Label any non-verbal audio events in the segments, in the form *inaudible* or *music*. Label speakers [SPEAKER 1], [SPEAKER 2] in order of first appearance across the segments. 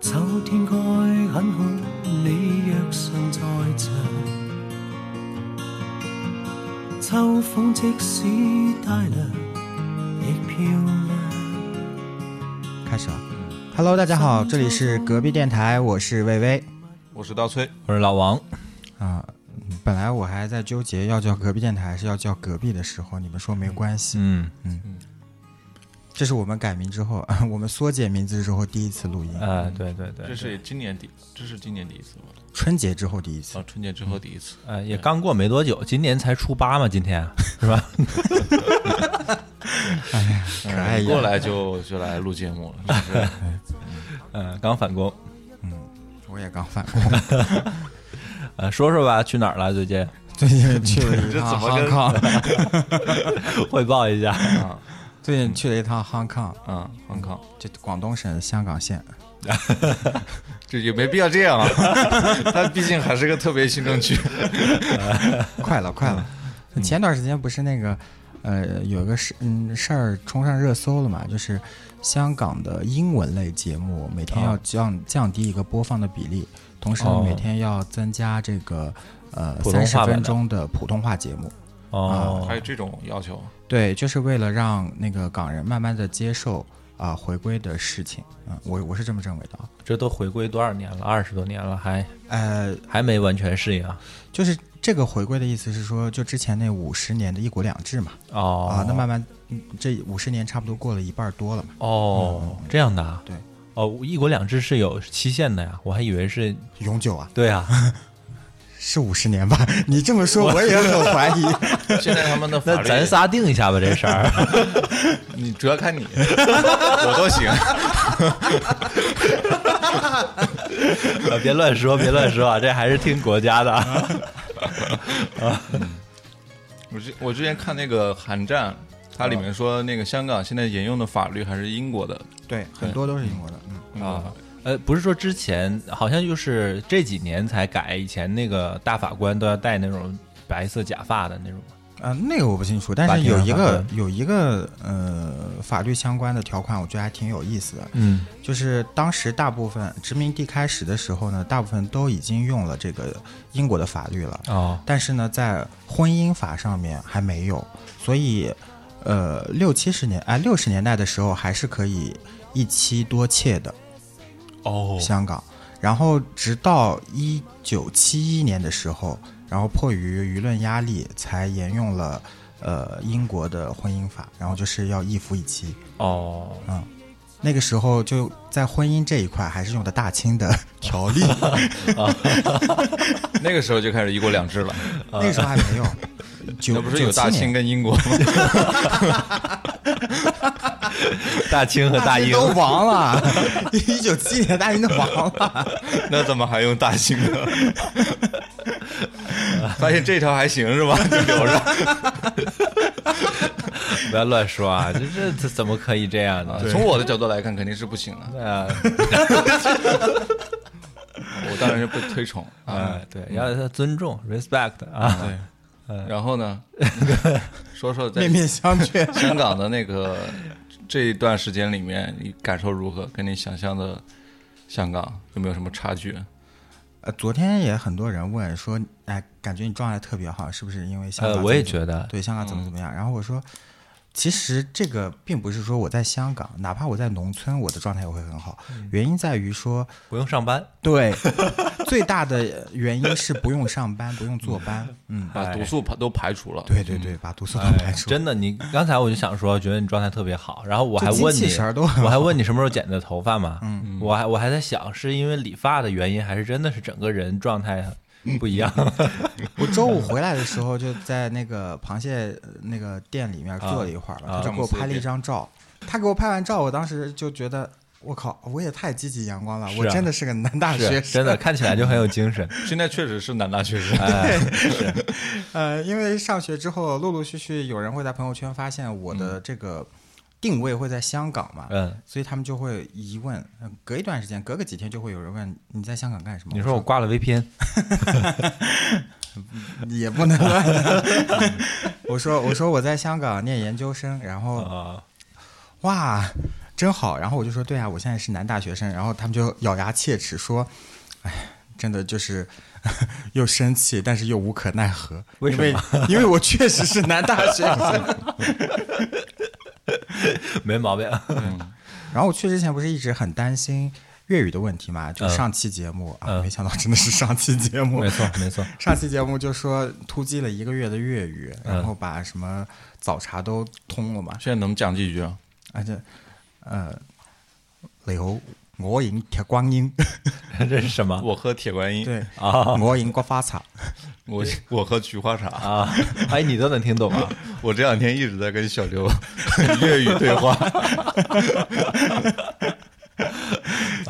[SPEAKER 1] 秋天该很好，你若尚在场。秋風即使帶涼，亦漂亮。
[SPEAKER 2] 开始了。Hello，大家
[SPEAKER 3] 嗯
[SPEAKER 2] 好，这里是隔壁电台，我是薇薇
[SPEAKER 3] 我是大崔，
[SPEAKER 4] 我是老王，
[SPEAKER 2] 啊。本来我还在纠结要叫隔壁电台还是要叫隔壁的时候，你们说没关系，
[SPEAKER 4] 嗯，
[SPEAKER 2] 这是我们改名之后， *laughs* 我们缩减名字之后第一次录音，
[SPEAKER 3] 嗯
[SPEAKER 4] 呃，对对对，
[SPEAKER 3] 这是今年第，这是今年第一次吧？
[SPEAKER 2] 春节之后第一次
[SPEAKER 3] 啊，。春节之后第一次。
[SPEAKER 4] 呃也刚过没多久，今年才初八嘛，今天是吧？
[SPEAKER 2] 可爱
[SPEAKER 3] 嗯过
[SPEAKER 2] 呀！
[SPEAKER 3] 来就就来录节目了， *laughs* 是不是？
[SPEAKER 4] 嗯，刚返工，
[SPEAKER 2] 我也刚返工，
[SPEAKER 4] 呃，说说吧，去哪儿了？
[SPEAKER 3] *laughs*
[SPEAKER 4] 最近
[SPEAKER 2] *laughs* 最近去了一
[SPEAKER 3] 这
[SPEAKER 2] 趟
[SPEAKER 3] 怎么
[SPEAKER 2] Hong
[SPEAKER 3] 跟
[SPEAKER 2] Kong，
[SPEAKER 4] 汇报一下，
[SPEAKER 2] 最近去了一趟 Hong Kong，
[SPEAKER 3] 啊，黄康，
[SPEAKER 2] 这广东省香港县。
[SPEAKER 3] 这也没必要这样啊。 *laughs* 他毕竟还是个特别行政区。
[SPEAKER 2] *laughs* 快了，快
[SPEAKER 4] *laughs*
[SPEAKER 2] 了。
[SPEAKER 4] 嗯
[SPEAKER 2] 前段时间不是那个，呃，有个事，嗯，事儿冲上热搜了嘛，就是香港的英文类节目每天要
[SPEAKER 4] 哦
[SPEAKER 2] 降、降低一个播放的比例，同时呢
[SPEAKER 4] 哦
[SPEAKER 2] 每天要增加这个呃
[SPEAKER 4] 普
[SPEAKER 2] 三
[SPEAKER 4] 通
[SPEAKER 2] 十
[SPEAKER 4] 话版的
[SPEAKER 2] 分钟的普通话节目。
[SPEAKER 4] 哦
[SPEAKER 3] 啊还有，这种要求，
[SPEAKER 2] 对，就是为了让那个港人慢慢的接受啊、回归的事情。嗯，我我是这么认为的啊。
[SPEAKER 4] 这都回归多少年了？二十多年了，还
[SPEAKER 2] 呃，
[SPEAKER 4] 还没完全适应啊？
[SPEAKER 2] 就是这个回归的意思是说，就之前那五十年的一国两制嘛。
[SPEAKER 4] 哦，
[SPEAKER 2] 啊，那慢慢，嗯这五十年差不多过了一半儿多了嘛。
[SPEAKER 4] 哦，
[SPEAKER 3] 嗯
[SPEAKER 4] 这样的啊，
[SPEAKER 2] 对，
[SPEAKER 4] 哦，一国两制是有期限的呀，我还以
[SPEAKER 3] *laughs*
[SPEAKER 4] 为是，
[SPEAKER 2] 永久啊，
[SPEAKER 4] 对啊，
[SPEAKER 2] 是五十年吧？ *laughs* 你这么说，我也很怀疑。
[SPEAKER 3] *laughs* 现在他们的法
[SPEAKER 4] 那
[SPEAKER 3] 律，
[SPEAKER 4] 咱仨定一下吧，这事
[SPEAKER 3] *laughs*
[SPEAKER 4] 儿，
[SPEAKER 3] 你主要看你， *laughs* 我都行。
[SPEAKER 4] 呃别乱说，别乱说啊，这还是听国家的啊。
[SPEAKER 3] *laughs* 我之我之前看那个韩战，它里面说那个香港现在沿用的法律还是英国的
[SPEAKER 2] 对， *laughs* 很多都是英国的。嗯，
[SPEAKER 3] 啊，
[SPEAKER 4] 呃，不是说之前好像就是这几年才改，以前那个大法官都要戴那种白色假发的那种。
[SPEAKER 2] 啊、那个我不清楚，但
[SPEAKER 4] 法
[SPEAKER 2] 是
[SPEAKER 4] 庭
[SPEAKER 2] 有
[SPEAKER 4] 上
[SPEAKER 2] 一
[SPEAKER 4] 法
[SPEAKER 2] 个
[SPEAKER 4] 官
[SPEAKER 2] 有一个呃法律相关的条款，我觉得还挺有意思的。
[SPEAKER 4] 嗯，
[SPEAKER 2] 就是当时大部分殖民地开始的时候呢，大部分都已经用了这个英国的法律了。
[SPEAKER 4] 哦，
[SPEAKER 2] 但是呢，在婚姻法上面还没有，所以，呃，六七十年哎六十年代的时候还是可以一妻多妾的
[SPEAKER 4] 哦
[SPEAKER 2] 香港，然后直到一九七一年的时候，然后迫于舆论压力才沿用了呃英国的婚姻法，然后就是要一夫一妻，
[SPEAKER 4] 哦，
[SPEAKER 2] 啊那个时候就在婚姻这一块还是用的大清的条例，
[SPEAKER 3] 那个时候就开始一国两制了。
[SPEAKER 2] 那个时候还没有。九
[SPEAKER 3] 那不是 *laughs* 有大
[SPEAKER 2] 97
[SPEAKER 3] 清
[SPEAKER 2] 年
[SPEAKER 3] 跟英国吗？
[SPEAKER 4] 大清和大
[SPEAKER 2] 大
[SPEAKER 4] 英
[SPEAKER 2] 英都亡了， *laughs* 一九七年大英都亡了。
[SPEAKER 3] *laughs* 那怎么还用大兴呢？ *laughs* 发现这条还行是 *laughs* 吧？就留着。
[SPEAKER 4] 不要乱说啊！这这这怎么可以这样呢？
[SPEAKER 3] 啊从我的角度来看，肯定是不 *laughs* 行的。
[SPEAKER 4] 呃
[SPEAKER 3] 我当然是不推 *laughs* 崇啊。
[SPEAKER 2] 嗯
[SPEAKER 4] 呃，对，要尊重 respect 啊。
[SPEAKER 3] 对，然后呢， *laughs* 说说在
[SPEAKER 2] 面面相觑。
[SPEAKER 3] 香港的那个这一段时间里面，你感受如何？跟你想象的香港有没有什么差距？
[SPEAKER 2] *laughs* 呃，昨天也很多人问说，哎，感觉你状态特别好，是不是因为香港
[SPEAKER 4] 呃，
[SPEAKER 2] 怎么？
[SPEAKER 4] 我也觉得，嗯
[SPEAKER 2] 对香港怎么怎么样。然后我说，其实这个并不是说我在香港，哪怕我在农村，我的状态也会很好。
[SPEAKER 4] 嗯
[SPEAKER 2] 原因在于说，
[SPEAKER 4] 不用上班，
[SPEAKER 2] 对， *laughs* 最大的原因是不用上班，不用坐班。嗯，
[SPEAKER 3] 把毒素排都排除了。
[SPEAKER 2] 对对
[SPEAKER 4] 嗯
[SPEAKER 2] 对，把毒素都排除。
[SPEAKER 4] 哎真的，你刚才我就想说，觉得你状态特别好，然后我还
[SPEAKER 2] 就精
[SPEAKER 4] 问
[SPEAKER 2] 气
[SPEAKER 4] 你
[SPEAKER 2] 神儿都，很
[SPEAKER 4] 我还问你什么时候剪的头发嘛？嗯，我还我还在想，是因为理发的原因，还是真的是整个人状态
[SPEAKER 2] 嗯
[SPEAKER 4] 不一样？
[SPEAKER 2] *laughs* 我周五回来的时候就在那个螃蟹呃那个店里面坐了一会儿了，
[SPEAKER 4] 啊
[SPEAKER 2] 他就给我拍了一张照。他给我拍完照，我当时就觉得我靠，我也太积极阳光了，
[SPEAKER 4] 是啊
[SPEAKER 2] 我真的是个男大学
[SPEAKER 4] 是啊
[SPEAKER 2] 生。
[SPEAKER 4] *laughs* 真的看起来就很有精 *laughs* 神。
[SPEAKER 3] 现在确实是南大学生。
[SPEAKER 2] 呃，因为上学之后，陆陆续续有人会在朋友圈发现我的这个定位会在香港嘛，
[SPEAKER 4] 嗯，
[SPEAKER 2] 所以他们就会疑问。呃隔一段时间，隔个几天就会有人问你在香港干什么？
[SPEAKER 4] 你说我挂了 VPN，
[SPEAKER 2] 也不能乱。
[SPEAKER 4] *laughs*
[SPEAKER 2] *laughs* 我说我说我在香港念研究生，然后
[SPEAKER 4] 啊，
[SPEAKER 2] 哇，真好。然后我就说对啊，我现在是男大学生。然后他们就咬牙切齿说，哎，真的就是 *laughs* 又生气，但是又无可奈何，
[SPEAKER 4] 为
[SPEAKER 2] 因
[SPEAKER 4] 什
[SPEAKER 2] 为因为我确实是男大学生。
[SPEAKER 4] *laughs* 没毛 *laughs* 病。
[SPEAKER 2] 然后我去之前不是一直很担心粤语的问题嘛，就
[SPEAKER 4] 嗯
[SPEAKER 2] 上期节目、啊，
[SPEAKER 4] 嗯
[SPEAKER 2] 没想到真的是上期节目，
[SPEAKER 4] 没错，没错。
[SPEAKER 2] 上期节目就说突击了一个月的粤语，
[SPEAKER 4] 嗯
[SPEAKER 2] 然后把什么早茶都通了嘛，
[SPEAKER 3] 现在能讲几句啊？
[SPEAKER 2] 而且，呃，你好，我迎铁观音，
[SPEAKER 4] *laughs* 这是什么？
[SPEAKER 3] 我喝铁观音，
[SPEAKER 2] 对啊，我迎刮发茶，
[SPEAKER 3] 我我喝菊花茶。
[SPEAKER 4] 啊，哎，你都能听懂啊？
[SPEAKER 3] 我这两天一直在跟小刘 *laughs* 粤语对话，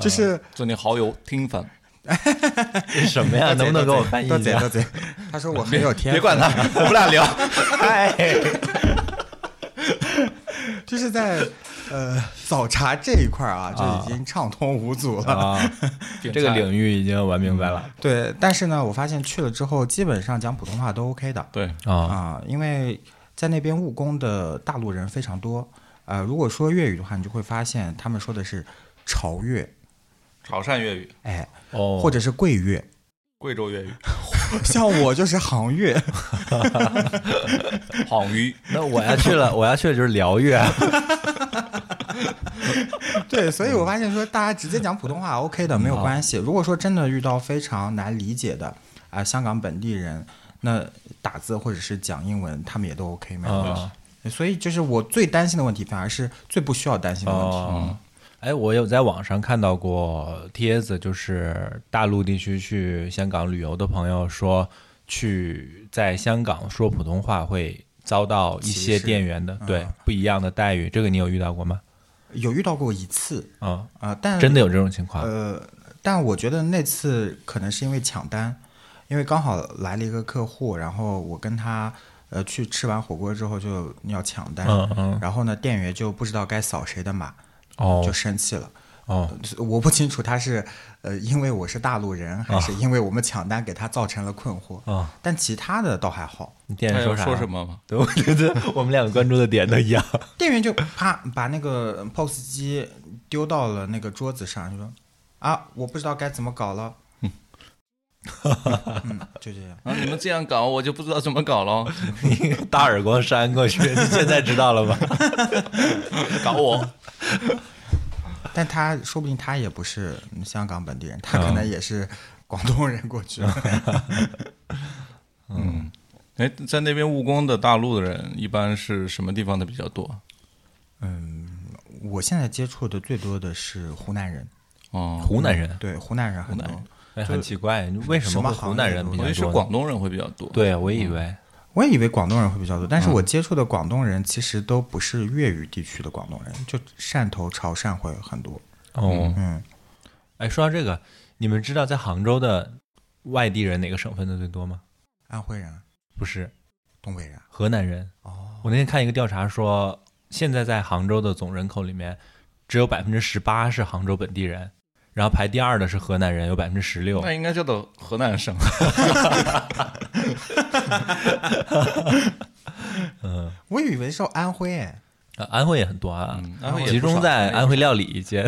[SPEAKER 2] 就是
[SPEAKER 3] *laughs* 祝你好友听
[SPEAKER 4] *laughs*
[SPEAKER 3] 粉，
[SPEAKER 4] *laughs* 这是什么 *laughs* 呀？能不能给我翻译
[SPEAKER 2] 多
[SPEAKER 4] 一
[SPEAKER 2] 姐
[SPEAKER 4] 下啊
[SPEAKER 2] 多？姐， *laughs* 他说我很有天
[SPEAKER 3] 别
[SPEAKER 2] 赋，
[SPEAKER 3] 管他，我们俩
[SPEAKER 4] *laughs*
[SPEAKER 3] 聊。
[SPEAKER 4] 哎，
[SPEAKER 2] 就是在呃早茶这一块儿啊，就已经畅通无阻了。
[SPEAKER 4] 啊， *laughs* 这个领域已经玩明白了
[SPEAKER 2] 对，但是呢，我发现去了之后，基本上讲普通话都 OK 的。
[SPEAKER 3] 对，
[SPEAKER 4] 啊。
[SPEAKER 2] 啊、因为在那边务工的大陆人非常多。呃，如果说粤语的话，你就会发现他们说的是潮粤，
[SPEAKER 3] 潮汕粤语、
[SPEAKER 2] 哎，
[SPEAKER 4] 哦，
[SPEAKER 2] 或者是桂粤，
[SPEAKER 3] 贵州 *laughs* 粤语、
[SPEAKER 2] *laughs* 像我就是杭粤。
[SPEAKER 3] 杭语，
[SPEAKER 4] 那我要去了，我要去的就是啊辽越。
[SPEAKER 2] *laughs* 对，所以我发现说大家直接讲普通
[SPEAKER 4] 嗯
[SPEAKER 2] 话 OK 的没有关系。如果说真的遇到非常难理解的啊、香港本地人，那打字或者是讲英文，他们也都 OK 没有问
[SPEAKER 4] 啊
[SPEAKER 2] 题。呃所以就是我最担心的问题，反而是最不需要担心的问题。
[SPEAKER 4] 哦，哎，我有在网上看到过帖子，就是大陆地区去香港旅游的朋友说，去在香港说普通话会遭到一些
[SPEAKER 2] 歧视
[SPEAKER 4] 店员的对
[SPEAKER 2] 嗯
[SPEAKER 4] 不一样的待遇，这个你有遇到过吗？
[SPEAKER 2] 有遇到过一次
[SPEAKER 4] 啊，
[SPEAKER 2] 啊、但
[SPEAKER 4] 真的有这啊种情况？
[SPEAKER 2] 呃，但我觉得那次可能是因为抢单，因为刚好来了一个客户，然后我跟他呃去吃完火锅之后就要抢单，
[SPEAKER 4] 嗯嗯
[SPEAKER 2] 然后呢店员就不知道该扫谁的码，
[SPEAKER 4] 哦
[SPEAKER 2] 就生气了。
[SPEAKER 4] 哦
[SPEAKER 2] 我不清楚他是呃因为我是大陆人，还是因为我们抢单给他造成了困惑。
[SPEAKER 4] 哦，
[SPEAKER 2] 但其他的倒还好，
[SPEAKER 4] 你店
[SPEAKER 3] 他
[SPEAKER 4] 员
[SPEAKER 3] 要
[SPEAKER 4] 说啥？啊
[SPEAKER 3] 说什？么吗？
[SPEAKER 4] 对，我觉得我们两个关注的点都一样。
[SPEAKER 2] 店 *laughs* 员就啪把那个 POS 机丢到了那个桌子上，就说啊我不知道该怎么搞了。嗯， *laughs* 就这样。
[SPEAKER 3] *laughs* 啊，你们这样搞，我就不知道怎么搞 *laughs* 了，
[SPEAKER 4] 你大耳光扇过去，你现在知道了吗？
[SPEAKER 3] 搞我。
[SPEAKER 2] 但他说不定他也不是香港本地人，他可能也是广东人过去 *laughs* 了。
[SPEAKER 3] 哎，在那边务工的大陆的人，一般是什么地方的比较多？
[SPEAKER 2] 嗯我现在接触的最多的是湖南人，
[SPEAKER 3] 哦，
[SPEAKER 4] 湖南人，
[SPEAKER 2] 对湖南人很多。
[SPEAKER 4] 哎，很奇怪，为什
[SPEAKER 2] 什
[SPEAKER 4] 么
[SPEAKER 2] 么
[SPEAKER 4] 会湖南人比
[SPEAKER 2] 行
[SPEAKER 4] 较
[SPEAKER 2] 业
[SPEAKER 3] 我也
[SPEAKER 4] 多呢？
[SPEAKER 3] 是广东人会比较多。，
[SPEAKER 4] 对，我以为
[SPEAKER 2] 我也以为广东人会比较多，
[SPEAKER 3] 嗯
[SPEAKER 2] 但是我接触的广东人其实都不是粤语地区的广东人，就汕头、潮汕会很多。
[SPEAKER 4] 哦，
[SPEAKER 2] 嗯，
[SPEAKER 4] 哎，说到这个，你们知道在杭州的外地人哪个省份的最多吗？
[SPEAKER 2] 安徽人、啊
[SPEAKER 4] 不是，
[SPEAKER 2] 东北人，啊
[SPEAKER 4] 河南人。
[SPEAKER 2] 哦，
[SPEAKER 4] 我那天看一个调查说，现在在杭州的总人口里面，只有百分之十八是杭州本地人，然后排第二的是河南人，有百分之十六。
[SPEAKER 3] 那应该叫做河南省。
[SPEAKER 2] 我以为是安徽哎。
[SPEAKER 4] 呃安徽也很多啊，
[SPEAKER 3] 嗯安徽也
[SPEAKER 4] 集
[SPEAKER 3] 不
[SPEAKER 4] 中
[SPEAKER 3] 少
[SPEAKER 4] 在安徽料理街。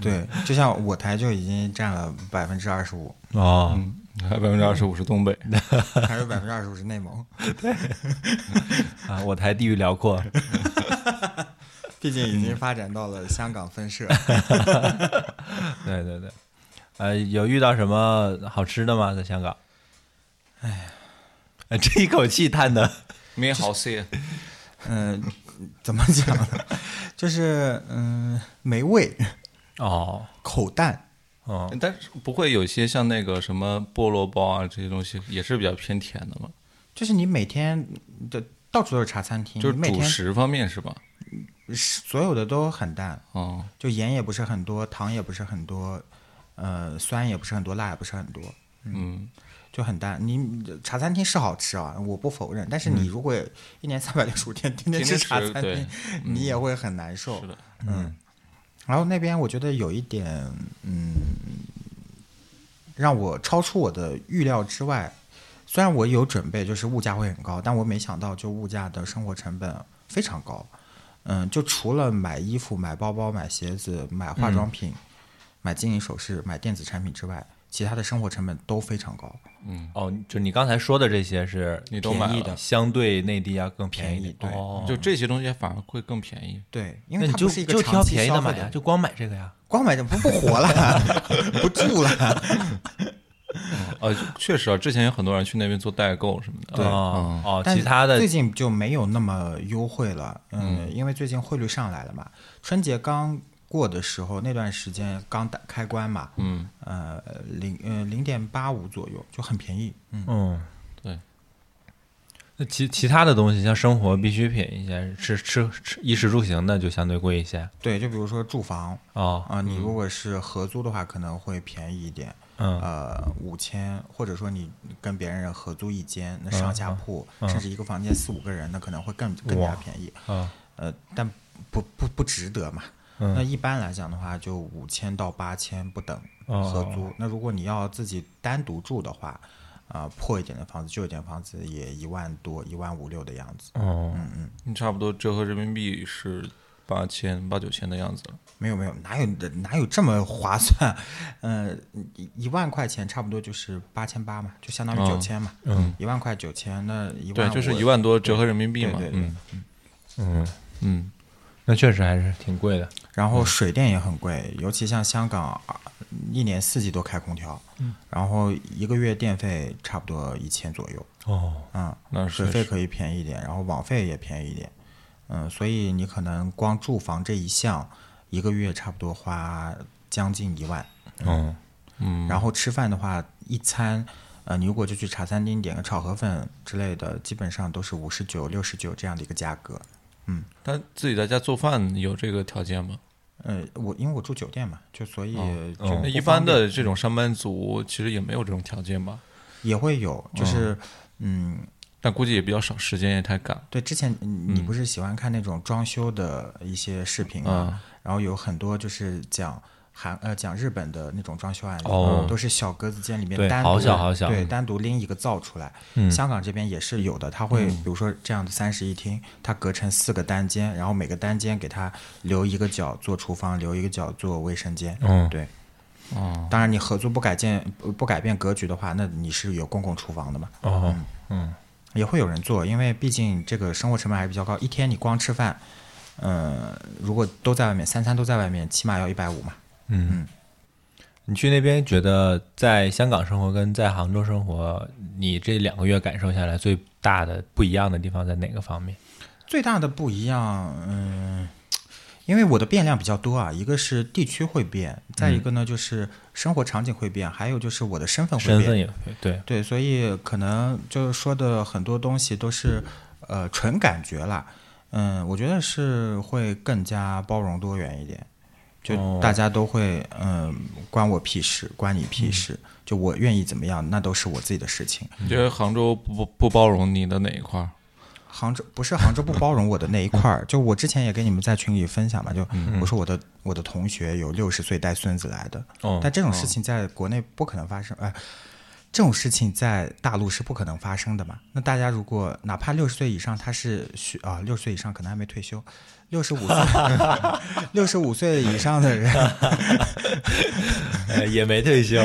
[SPEAKER 2] 对，就像我台就已经占了百分之二十五，
[SPEAKER 4] 哦，
[SPEAKER 3] 嗯，还百分之二十五是东北。
[SPEAKER 2] 还有百分之二十五是内蒙， *laughs*
[SPEAKER 4] 啊，我台地域
[SPEAKER 3] *laughs*
[SPEAKER 4] 辽阔。
[SPEAKER 2] 毕竟已经发展到了香港分
[SPEAKER 3] *laughs*
[SPEAKER 2] 社。
[SPEAKER 4] 对对对，呃，有遇到什么好吃的吗？在香港？哎呀，这一口气叹的，
[SPEAKER 3] 没好些，
[SPEAKER 2] 嗯，怎么讲呢？就是嗯，没味，
[SPEAKER 4] 哦，
[SPEAKER 2] 口淡。啊
[SPEAKER 4] 哦，
[SPEAKER 3] 但是不会有一些像那个什么菠萝包啊这些东西，也是比较偏甜的嘛。
[SPEAKER 2] 就是你每天的到处都是茶餐厅，
[SPEAKER 3] 就是
[SPEAKER 2] 你嗯每
[SPEAKER 3] 主
[SPEAKER 2] 天
[SPEAKER 3] 食方面是吧？
[SPEAKER 2] 所有的都很淡，
[SPEAKER 3] 哦，
[SPEAKER 2] 就盐也不是很多，糖也不是很多，呃，酸也不是很多，辣也不是很多，
[SPEAKER 3] 嗯，
[SPEAKER 2] 就很淡。你茶餐厅是好吃啊，我不否认，但是你如果一年三百六十五天天天
[SPEAKER 3] 嗯天
[SPEAKER 2] 吃
[SPEAKER 3] 天
[SPEAKER 2] 茶
[SPEAKER 3] 吃
[SPEAKER 2] 餐
[SPEAKER 3] 对嗯
[SPEAKER 2] 厅，你也会很难受。
[SPEAKER 3] 是的，
[SPEAKER 2] 嗯然后那边我觉得有一点，嗯，让我超出我的预料之外。虽然我有准备，就是物价会很高，但我没想到就物价的生活成本非常高。嗯，就除了买衣服、买包包、买鞋子、买化妆品、买金银首饰、买电子产品之外，其他的生活成本都非常高，
[SPEAKER 4] 哦，就你刚才说的这些是
[SPEAKER 3] 你都买
[SPEAKER 2] 便宜的
[SPEAKER 3] 了，
[SPEAKER 4] 相对内地要更便
[SPEAKER 2] 便宜
[SPEAKER 4] 宜
[SPEAKER 2] 对
[SPEAKER 4] 点哦，
[SPEAKER 3] 就这些东西反而会更便宜。
[SPEAKER 2] 对，因
[SPEAKER 4] 那
[SPEAKER 2] 为
[SPEAKER 4] 你
[SPEAKER 2] 它
[SPEAKER 4] 就
[SPEAKER 2] 不是一个
[SPEAKER 4] 就
[SPEAKER 2] 长
[SPEAKER 4] 挑
[SPEAKER 2] 期
[SPEAKER 4] 便宜
[SPEAKER 2] 消
[SPEAKER 4] 的
[SPEAKER 2] 费
[SPEAKER 4] 买
[SPEAKER 2] 的
[SPEAKER 4] 呀，就光买这个呀。
[SPEAKER 2] 光买这不不活了， *laughs* 不住了。
[SPEAKER 3] 呃，确实啊，之前有很多人去那边做代购什么的。
[SPEAKER 4] 哦哦，
[SPEAKER 2] 但
[SPEAKER 4] 其他的
[SPEAKER 2] 最近就没有那么优惠了，嗯，因为最近汇率上来了嘛。春节刚过的时候，那段时间刚打开关嘛，
[SPEAKER 3] 嗯，
[SPEAKER 2] 呃，零呃零点八五左右就很便宜，嗯，
[SPEAKER 4] 嗯，
[SPEAKER 3] 对。
[SPEAKER 4] 那其其他的东西，像生活必需品一些，吃吃吃衣食住行的就相对贵一些
[SPEAKER 2] 对，就比如说住房
[SPEAKER 4] 哦。
[SPEAKER 2] 啊、你如果是合租的话，可能会便宜一点，
[SPEAKER 4] 嗯
[SPEAKER 2] 呃，五千，或者说你跟别人合租一间，
[SPEAKER 4] 嗯
[SPEAKER 2] 那上下铺，甚至一个房间四五个人，那可能会更更加
[SPEAKER 4] 哇
[SPEAKER 2] 便宜，
[SPEAKER 4] 啊
[SPEAKER 2] 呃，但不不不值得嘛。
[SPEAKER 4] 嗯
[SPEAKER 2] 那一般来讲的话，就五千到八千不等
[SPEAKER 4] 哦
[SPEAKER 2] 合租。那如果你要自己单独住的话，啊、破一点的房子，旧一点房子也一万多、一万五六的样子。
[SPEAKER 4] 哦，
[SPEAKER 3] 你差不多折合人民币是八千八九千的样子了。
[SPEAKER 2] 没有没有，哪有哪有这么划算？呃，一一万块钱差不多就是八千八嘛，就相当于
[SPEAKER 4] 哦
[SPEAKER 3] 嗯
[SPEAKER 2] 九千嘛。嗯，一万块九千，那一
[SPEAKER 3] 对
[SPEAKER 2] 万，
[SPEAKER 3] 就是
[SPEAKER 2] 五
[SPEAKER 3] 一万多折合人民币
[SPEAKER 2] 对
[SPEAKER 3] 嘛。
[SPEAKER 2] 对对
[SPEAKER 3] 嗯嗯，
[SPEAKER 4] 那确实还是挺贵的。
[SPEAKER 2] 然后水电也很贵，尤其像香港，啊一年四季都开空调，
[SPEAKER 3] 嗯
[SPEAKER 2] 然后一个月电费差不多一千左右，
[SPEAKER 4] 哦，
[SPEAKER 2] 嗯，
[SPEAKER 3] 那
[SPEAKER 2] 水
[SPEAKER 3] 是
[SPEAKER 2] 费可以便宜一点，然后网费也便宜一点，嗯，所以你可能光住房这一项，一个月差不多花将近一万，
[SPEAKER 4] 嗯，
[SPEAKER 3] 哦嗯，
[SPEAKER 2] 然后吃饭的话，一餐，呃，你如果就去茶餐厅点个炒河粉之类的，基本上都是五十九、六十九这样的一个价格，
[SPEAKER 3] 但自己在家做饭有这个条件吗？
[SPEAKER 2] 呃，我因为我住酒店嘛，就所以就
[SPEAKER 3] 那
[SPEAKER 2] 不
[SPEAKER 3] 一
[SPEAKER 2] 方便
[SPEAKER 3] 般的这种上班族其实也没有这种条件吧？
[SPEAKER 2] 也会有，就是嗯
[SPEAKER 3] 但估计也比较少，时间也太赶。
[SPEAKER 2] 对，之前
[SPEAKER 4] 嗯
[SPEAKER 2] 你你不是喜欢看那种装修的一些视频嘛，
[SPEAKER 4] 嗯
[SPEAKER 2] 然后有很多就是讲。韩呃讲日本的那种装修案例，
[SPEAKER 4] 哦
[SPEAKER 2] 都是小格子间里面
[SPEAKER 4] 对
[SPEAKER 2] 单独
[SPEAKER 4] 好小好小嗯
[SPEAKER 2] 对，单独拎一个灶出来。香港这边也是有的，它会比如说这样的三室一厅，它隔成四个单间，然后每个单间给它留一个角做厨房，留一个角做卫生间。
[SPEAKER 4] 嗯
[SPEAKER 2] 对。
[SPEAKER 3] 哦，
[SPEAKER 2] 当然，你合租不改建不不改变格局的话，那你是有公共厨房的嘛？
[SPEAKER 4] 哦，嗯，
[SPEAKER 2] 也会有人做，因为毕竟这个生活成本还是比较高。一天你光吃饭，呃，如果都在外面，三餐都在外面，起码要一百五嘛。
[SPEAKER 4] 你去那边觉得在香港生活跟在杭州生活，你这两个月感受下来最大的不一样的地方在哪个方面？
[SPEAKER 2] 最大的不一样，嗯、因为我的变量比较多啊，一个是地区会变，再一个呢就是生活场景会变，还有就是我的身份会变。
[SPEAKER 4] 身份也会对，
[SPEAKER 2] 对，所以可能就是说的很多东西都是呃纯感觉啦。嗯，我觉得是会更加包容多元一点，就大家都会嗯关我屁事，关你屁事，就我愿意怎么样，那都是我自己的事情。
[SPEAKER 3] 你觉得杭州不不不包容你的哪一块儿？
[SPEAKER 2] 杭州不是杭州不包容我的那一块儿，就我之前也跟你们在群里分享嘛，就
[SPEAKER 4] 嗯
[SPEAKER 2] 我说我的我的同学有六十岁带孙子来的，
[SPEAKER 4] 哦
[SPEAKER 2] 但这种事情在国内不可能发生，哎，这种事情在大陆是不可能发生的嘛。那大家如果哪怕六十岁以上，他是需啊六十岁以上可能还没退休，六十五岁 *laughs* 六十五岁以上的人，
[SPEAKER 4] 呃也没退 *laughs* 休。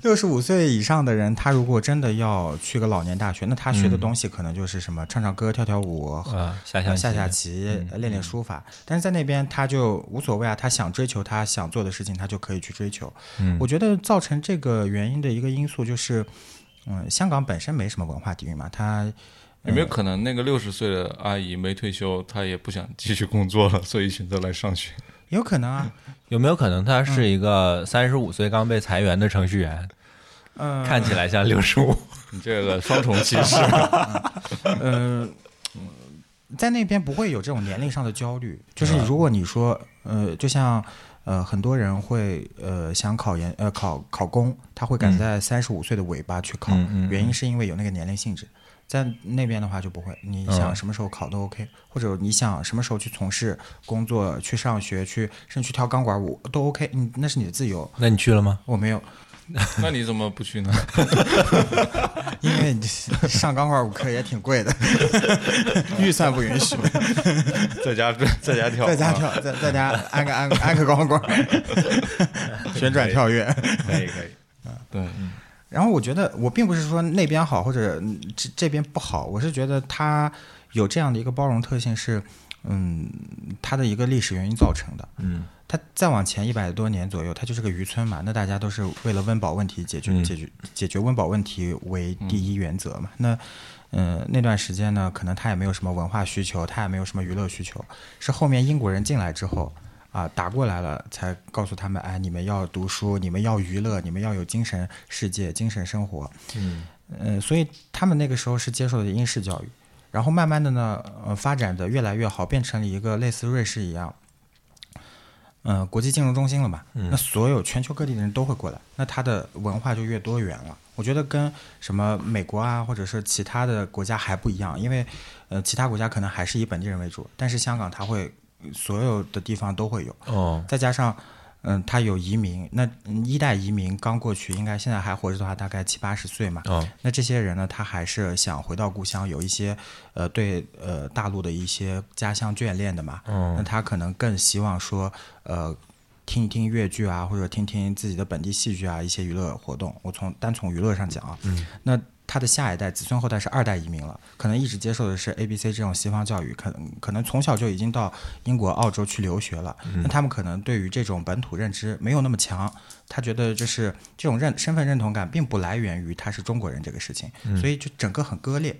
[SPEAKER 2] 六十五岁以上的人，他如果真的要去个老年大学，那他
[SPEAKER 4] 嗯
[SPEAKER 2] 学的东西可能就是什么唱唱歌、跳跳舞、
[SPEAKER 4] 啊，下
[SPEAKER 2] 下
[SPEAKER 4] 象
[SPEAKER 2] 下
[SPEAKER 4] 棋
[SPEAKER 2] 下棋、练练书法。但是在那边他就无所谓啊，他想追求他想做的事情，他就可以去追求。我觉得造成这个原因的一个因素就是，嗯，香港本身没什么文化底蕴嘛，它
[SPEAKER 3] 有没有可能那个六十岁的阿姨没退休，她也不想继续工作了，所以选择来上学？
[SPEAKER 2] 有可能啊，
[SPEAKER 4] 有没有可能他是一个三十五岁刚被裁员的程序员？
[SPEAKER 2] 嗯
[SPEAKER 4] 看起来 *laughs* 像六十五。
[SPEAKER 3] *laughs* 你这个双重歧视，
[SPEAKER 2] 呃，在那边不会有这种年龄上的焦虑，就是
[SPEAKER 4] 啊
[SPEAKER 2] 如果你说，呃，就像。呃，很多人会呃想考研呃考考公，他会赶在三十五岁的尾巴去考，
[SPEAKER 4] 嗯嗯嗯
[SPEAKER 2] 原因是因为有那个年龄性质。在那边的话就不会，你
[SPEAKER 4] 嗯
[SPEAKER 2] 想什么时候考都 OK，、或者你想什么时候去从事工作、去上学、去甚至去跳钢管舞都 OK，嗯，那是你的自由。
[SPEAKER 4] 那你去了吗？
[SPEAKER 2] 我没有，
[SPEAKER 3] *laughs* 那你怎么不去呢？
[SPEAKER 2] 因为你 *laughs* 上钢管舞课也挺贵
[SPEAKER 4] *laughs*
[SPEAKER 2] 的， *laughs* 预算不允许，
[SPEAKER 3] *laughs* 在家在家跳，啊
[SPEAKER 2] 在家跳，在在家安个安个安个钢管，旋转跳跃。
[SPEAKER 4] 可以可以，
[SPEAKER 3] 对，嗯
[SPEAKER 2] 然后我觉得我并不是说那边好或者这这边不好，我是觉得它有这样的一个包容特性是，嗯，它的一个历史原因造成的。
[SPEAKER 4] 嗯
[SPEAKER 2] 它再往前一百多年左右，它就是个渔村嘛，那大家都是为了温饱问题解决、
[SPEAKER 4] 嗯
[SPEAKER 2] 解决解决温饱问题为第一原则嘛。那嗯、呃那段时间呢，可能他也没有什么文化需求，他也没有什么娱乐需求，是后面英国人进来之后啊、打过来了，才告诉他们，哎，你们要读书，你们要娱乐，你们要有精神世界、精神生活。
[SPEAKER 4] 嗯
[SPEAKER 2] 嗯，所以他们那个时候是接受的英式教育，然后慢慢的呢，呃，发展的越来越好，变成了一个类似瑞士一样，嗯，国际金融中心了嘛。那所有全球各地的人都会过来，那它的文化就越多元了。我觉得跟什么美国啊，或者是其他的国家还不一样，因为呃，其他国家可能还是以本地人为主，但是香港它会所有的地方都会有。
[SPEAKER 4] 哦
[SPEAKER 2] 再加上，嗯，他有移民，那嗯一代移民刚过去，应该现在还活着的话，大概七八十岁嘛。
[SPEAKER 4] 哦
[SPEAKER 2] 那这些人呢，他还是想回到故乡，有一些呃对呃大陆的一些家乡眷恋的嘛。那
[SPEAKER 4] 哦
[SPEAKER 2] 他可能更希望说，呃，听一听粤剧啊，或者听听自己的本地戏剧啊，一些娱乐活动。我从单从娱乐上讲啊，
[SPEAKER 4] 嗯
[SPEAKER 2] 那他的下一代子孙后代是二代移民了，可能一直接受的是 A、B、C 这种西方教育，可能可能从小就已经到英国、澳洲去留学了。那他们可能对于这种本土认知没有那么强，他觉得就是这种认身份认同感并不来源于他是中国人这个事情，所以就整个很割裂，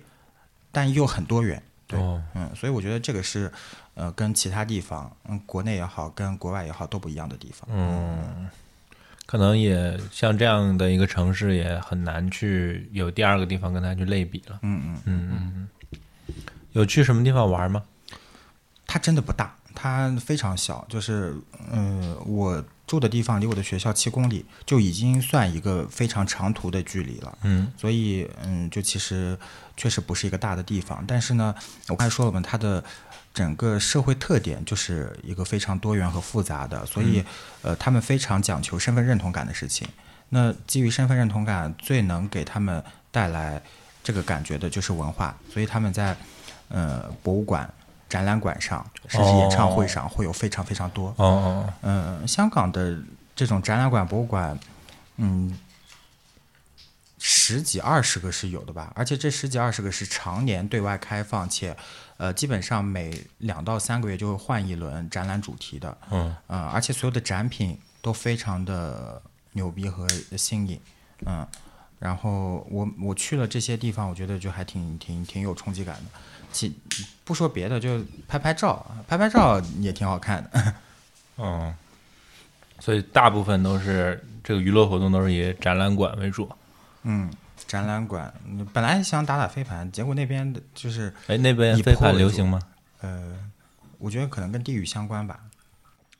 [SPEAKER 2] 但又很多元。对，
[SPEAKER 4] 哦
[SPEAKER 2] 嗯，所以我觉得这个是，呃，跟其他地方，嗯，国内也好，跟国外也好都不一样的地方。
[SPEAKER 4] 嗯，可能也像这样的一个城市，也很难去有第二个地方跟它去类比了。
[SPEAKER 2] 嗯嗯，
[SPEAKER 4] 嗯嗯嗯，有去什么地方玩吗？
[SPEAKER 2] 它真的不大，它非常小，就是，嗯、我住的地方离我的学校七公里，就已经算一个非常长途的距离了。
[SPEAKER 4] 嗯
[SPEAKER 2] 所以，嗯，就其实确实不是一个大的地方，但是呢，我刚才说了嘛，它的整个社会特点就是一个非常多元和复杂的，所以，呃，他们非常讲求身份认同感的事情。那基于身份认同感，最能给他们带来这个感觉的就是文化，所以他们在呃博物馆、展览馆上，甚至演唱会上会有非常非常多。
[SPEAKER 4] 哦哦
[SPEAKER 2] 嗯，香港的这种展览馆、博物馆，嗯，十几二十个是有的吧，而且这十几二十个是常年对外开放，且呃，基本上每两到三个月就会换一轮展览主题的，
[SPEAKER 4] 嗯
[SPEAKER 2] 嗯，而且所有的展品都非常的牛逼和新颖，嗯，然后我我去了这些地方，我觉得就还挺挺挺有冲击感的。其不说别的，就拍拍照，拍拍照也挺好看的。
[SPEAKER 4] 哦，所以大部分都是这个娱乐活动都是以展览馆为主。
[SPEAKER 2] 嗯，展览馆嗯本来想打打飞盘，结果那边的就是
[SPEAKER 4] 哎，那边
[SPEAKER 2] 以
[SPEAKER 4] 飞
[SPEAKER 2] 破
[SPEAKER 4] 盘
[SPEAKER 2] 为
[SPEAKER 4] 流
[SPEAKER 2] 主
[SPEAKER 4] 行吗？
[SPEAKER 2] 呃，我觉得可能跟地域相关吧，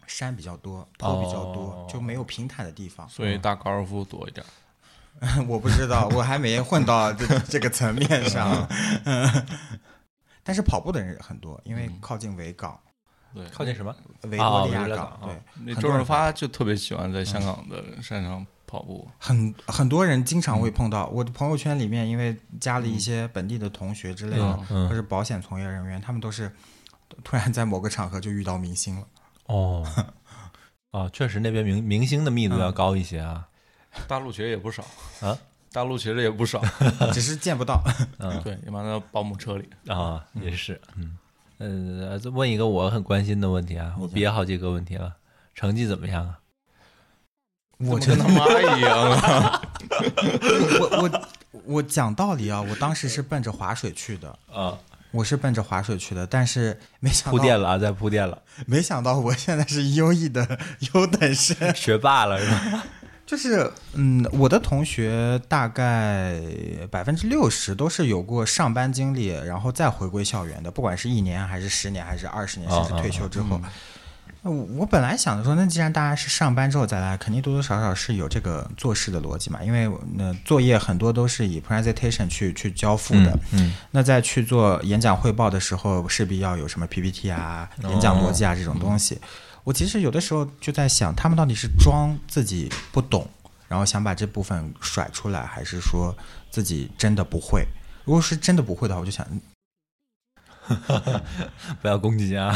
[SPEAKER 2] 山比较多，坡比较多，
[SPEAKER 4] 哦
[SPEAKER 2] 就没有平坦的地方。
[SPEAKER 3] 所以打高尔夫多一点。
[SPEAKER 2] *laughs* 我不知道，我还没混到这 *laughs* 这个层面上。 *laughs* 嗯，但是跑步的人很多，因为靠近维港、
[SPEAKER 3] 对，
[SPEAKER 4] 靠近什么？
[SPEAKER 2] 维多利
[SPEAKER 4] 嗯哦
[SPEAKER 2] 亚
[SPEAKER 4] 维多利亚
[SPEAKER 2] 港，
[SPEAKER 4] 港
[SPEAKER 2] 对
[SPEAKER 4] 哦，
[SPEAKER 3] 那
[SPEAKER 2] 很
[SPEAKER 3] 周
[SPEAKER 2] 多人
[SPEAKER 3] 润发就特别喜欢在香港的山上跑步。
[SPEAKER 2] 很很多人经
[SPEAKER 4] 嗯
[SPEAKER 2] 常会碰到。我的朋友圈里面，因为加了一些本地的同学之类的，
[SPEAKER 4] 嗯
[SPEAKER 2] 或者保险从业人员，他们都是突然在某个场合就遇到明星了。
[SPEAKER 4] 哦哦，确实那边明明星的密
[SPEAKER 2] 嗯
[SPEAKER 4] 度要高一些啊。
[SPEAKER 3] 大陆其实也不少
[SPEAKER 4] 啊，
[SPEAKER 3] *laughs* 大陆其实也不少。
[SPEAKER 2] 只是见不
[SPEAKER 4] *laughs*
[SPEAKER 2] 到。
[SPEAKER 4] 嗯
[SPEAKER 3] 对，一般在保姆车里。
[SPEAKER 4] 啊，
[SPEAKER 2] 嗯
[SPEAKER 4] 也是，嗯，呃，再问一个我很关心的问题啊，我憋好几个问题了，成绩怎么样啊？
[SPEAKER 2] 我
[SPEAKER 3] 跟
[SPEAKER 2] 真的
[SPEAKER 3] 他，妈一样啊！ *laughs*
[SPEAKER 2] 我我我讲道理啊，我当时是奔着划水去的，
[SPEAKER 4] 啊，
[SPEAKER 2] 我是奔着划水去的，但是没想
[SPEAKER 4] 铺垫
[SPEAKER 2] 到，
[SPEAKER 4] 了啊，在铺垫了， *laughs*
[SPEAKER 2] 没想到我现在是优异的优等生， *laughs*
[SPEAKER 4] 学霸了是吧？
[SPEAKER 2] 就是嗯，我的同学大概百分之六十都是有过上班经历，然后再回归校园的，不管是一年还是十年还是二十年，甚
[SPEAKER 4] 哦
[SPEAKER 2] 至退休之后。呃我我本来想着说，那既然大家是上班之后再来，肯定多多少少是有这个做事的逻辑嘛，因为那、呃作业很多都是以 presentation 去去交付的。
[SPEAKER 4] 嗯，
[SPEAKER 2] 那在去做演讲汇报的时候，势必要有什么 PPT 啊、
[SPEAKER 4] 哦
[SPEAKER 2] 演讲逻辑啊这种东西。我其实有的时候就在想，他们到底是装自己不懂，然后想把这部分甩出来，还是说自己真的不会？如果是真的不会的话，我就想，嗯
[SPEAKER 4] 不要攻击啊！
[SPEAKER 2] *laughs*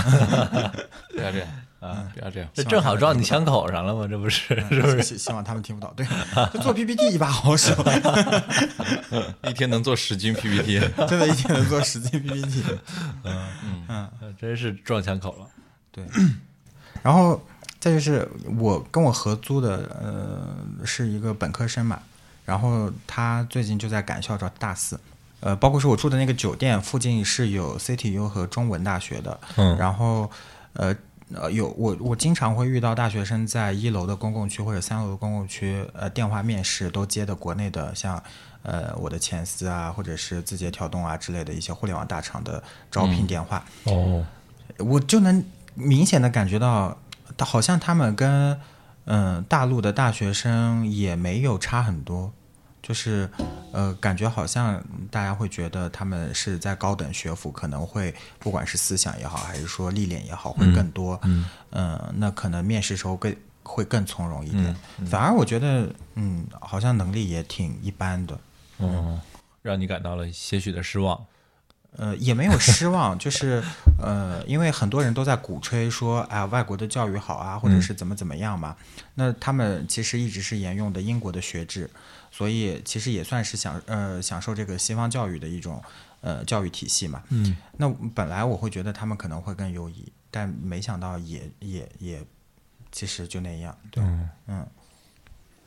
[SPEAKER 3] 不要这样啊，不要这样。
[SPEAKER 4] 这正好撞你枪口上了嘛，这不是 *laughs*
[SPEAKER 2] 嗯
[SPEAKER 4] *laughs* 是不
[SPEAKER 2] *laughs*
[SPEAKER 4] 是？
[SPEAKER 2] 希希望他们听不到。对，就做 PPT 一把好手，
[SPEAKER 3] 一天能做十斤 PPT， *laughs*
[SPEAKER 2] 真的一天能做十斤 *laughs* PPT。
[SPEAKER 3] 嗯
[SPEAKER 4] 真是撞枪口了。
[SPEAKER 2] 然后再就是我跟我合租的，呃，是一个本科生嘛，然后他最近就在赶校招大四，呃，包括是我住的那个酒店附近是有 CTU 和中文大学的，
[SPEAKER 4] 嗯
[SPEAKER 2] 然后呃。呃，有我，我经常会遇到大学生在一楼的公共区或者三楼的公共区，呃，电话面试都接的国内的像，呃，我的前司啊，或者是字节跳动啊之类的一些互联网大厂的招聘电话。
[SPEAKER 4] 哦，
[SPEAKER 2] 我就能明显的感觉到，他好像他们跟嗯、呃大陆的大学生也没有差很多，就是呃感觉好像大家会觉得他们是在高等学府，可能会不管是思想也好，还是说历练也好，会更多。嗯，呃、那可能面试时候更会更从容一点。反而我觉得，嗯，好像能力也挺一般的。
[SPEAKER 4] 嗯，让你感到了些许的失望。
[SPEAKER 2] 呃，也没有失望， *laughs* 就是呃，因为很多人都在鼓吹说，啊、外国的教育好啊，或者是怎么怎么样嘛。那他们其实一直是沿用的英国的学制，所以其实也算是享呃享受这个西方教育的一种呃教育体系嘛。
[SPEAKER 4] 嗯，
[SPEAKER 2] 那本来我会觉得他们可能会更优异，但没想到也也也，其实就那样。对，嗯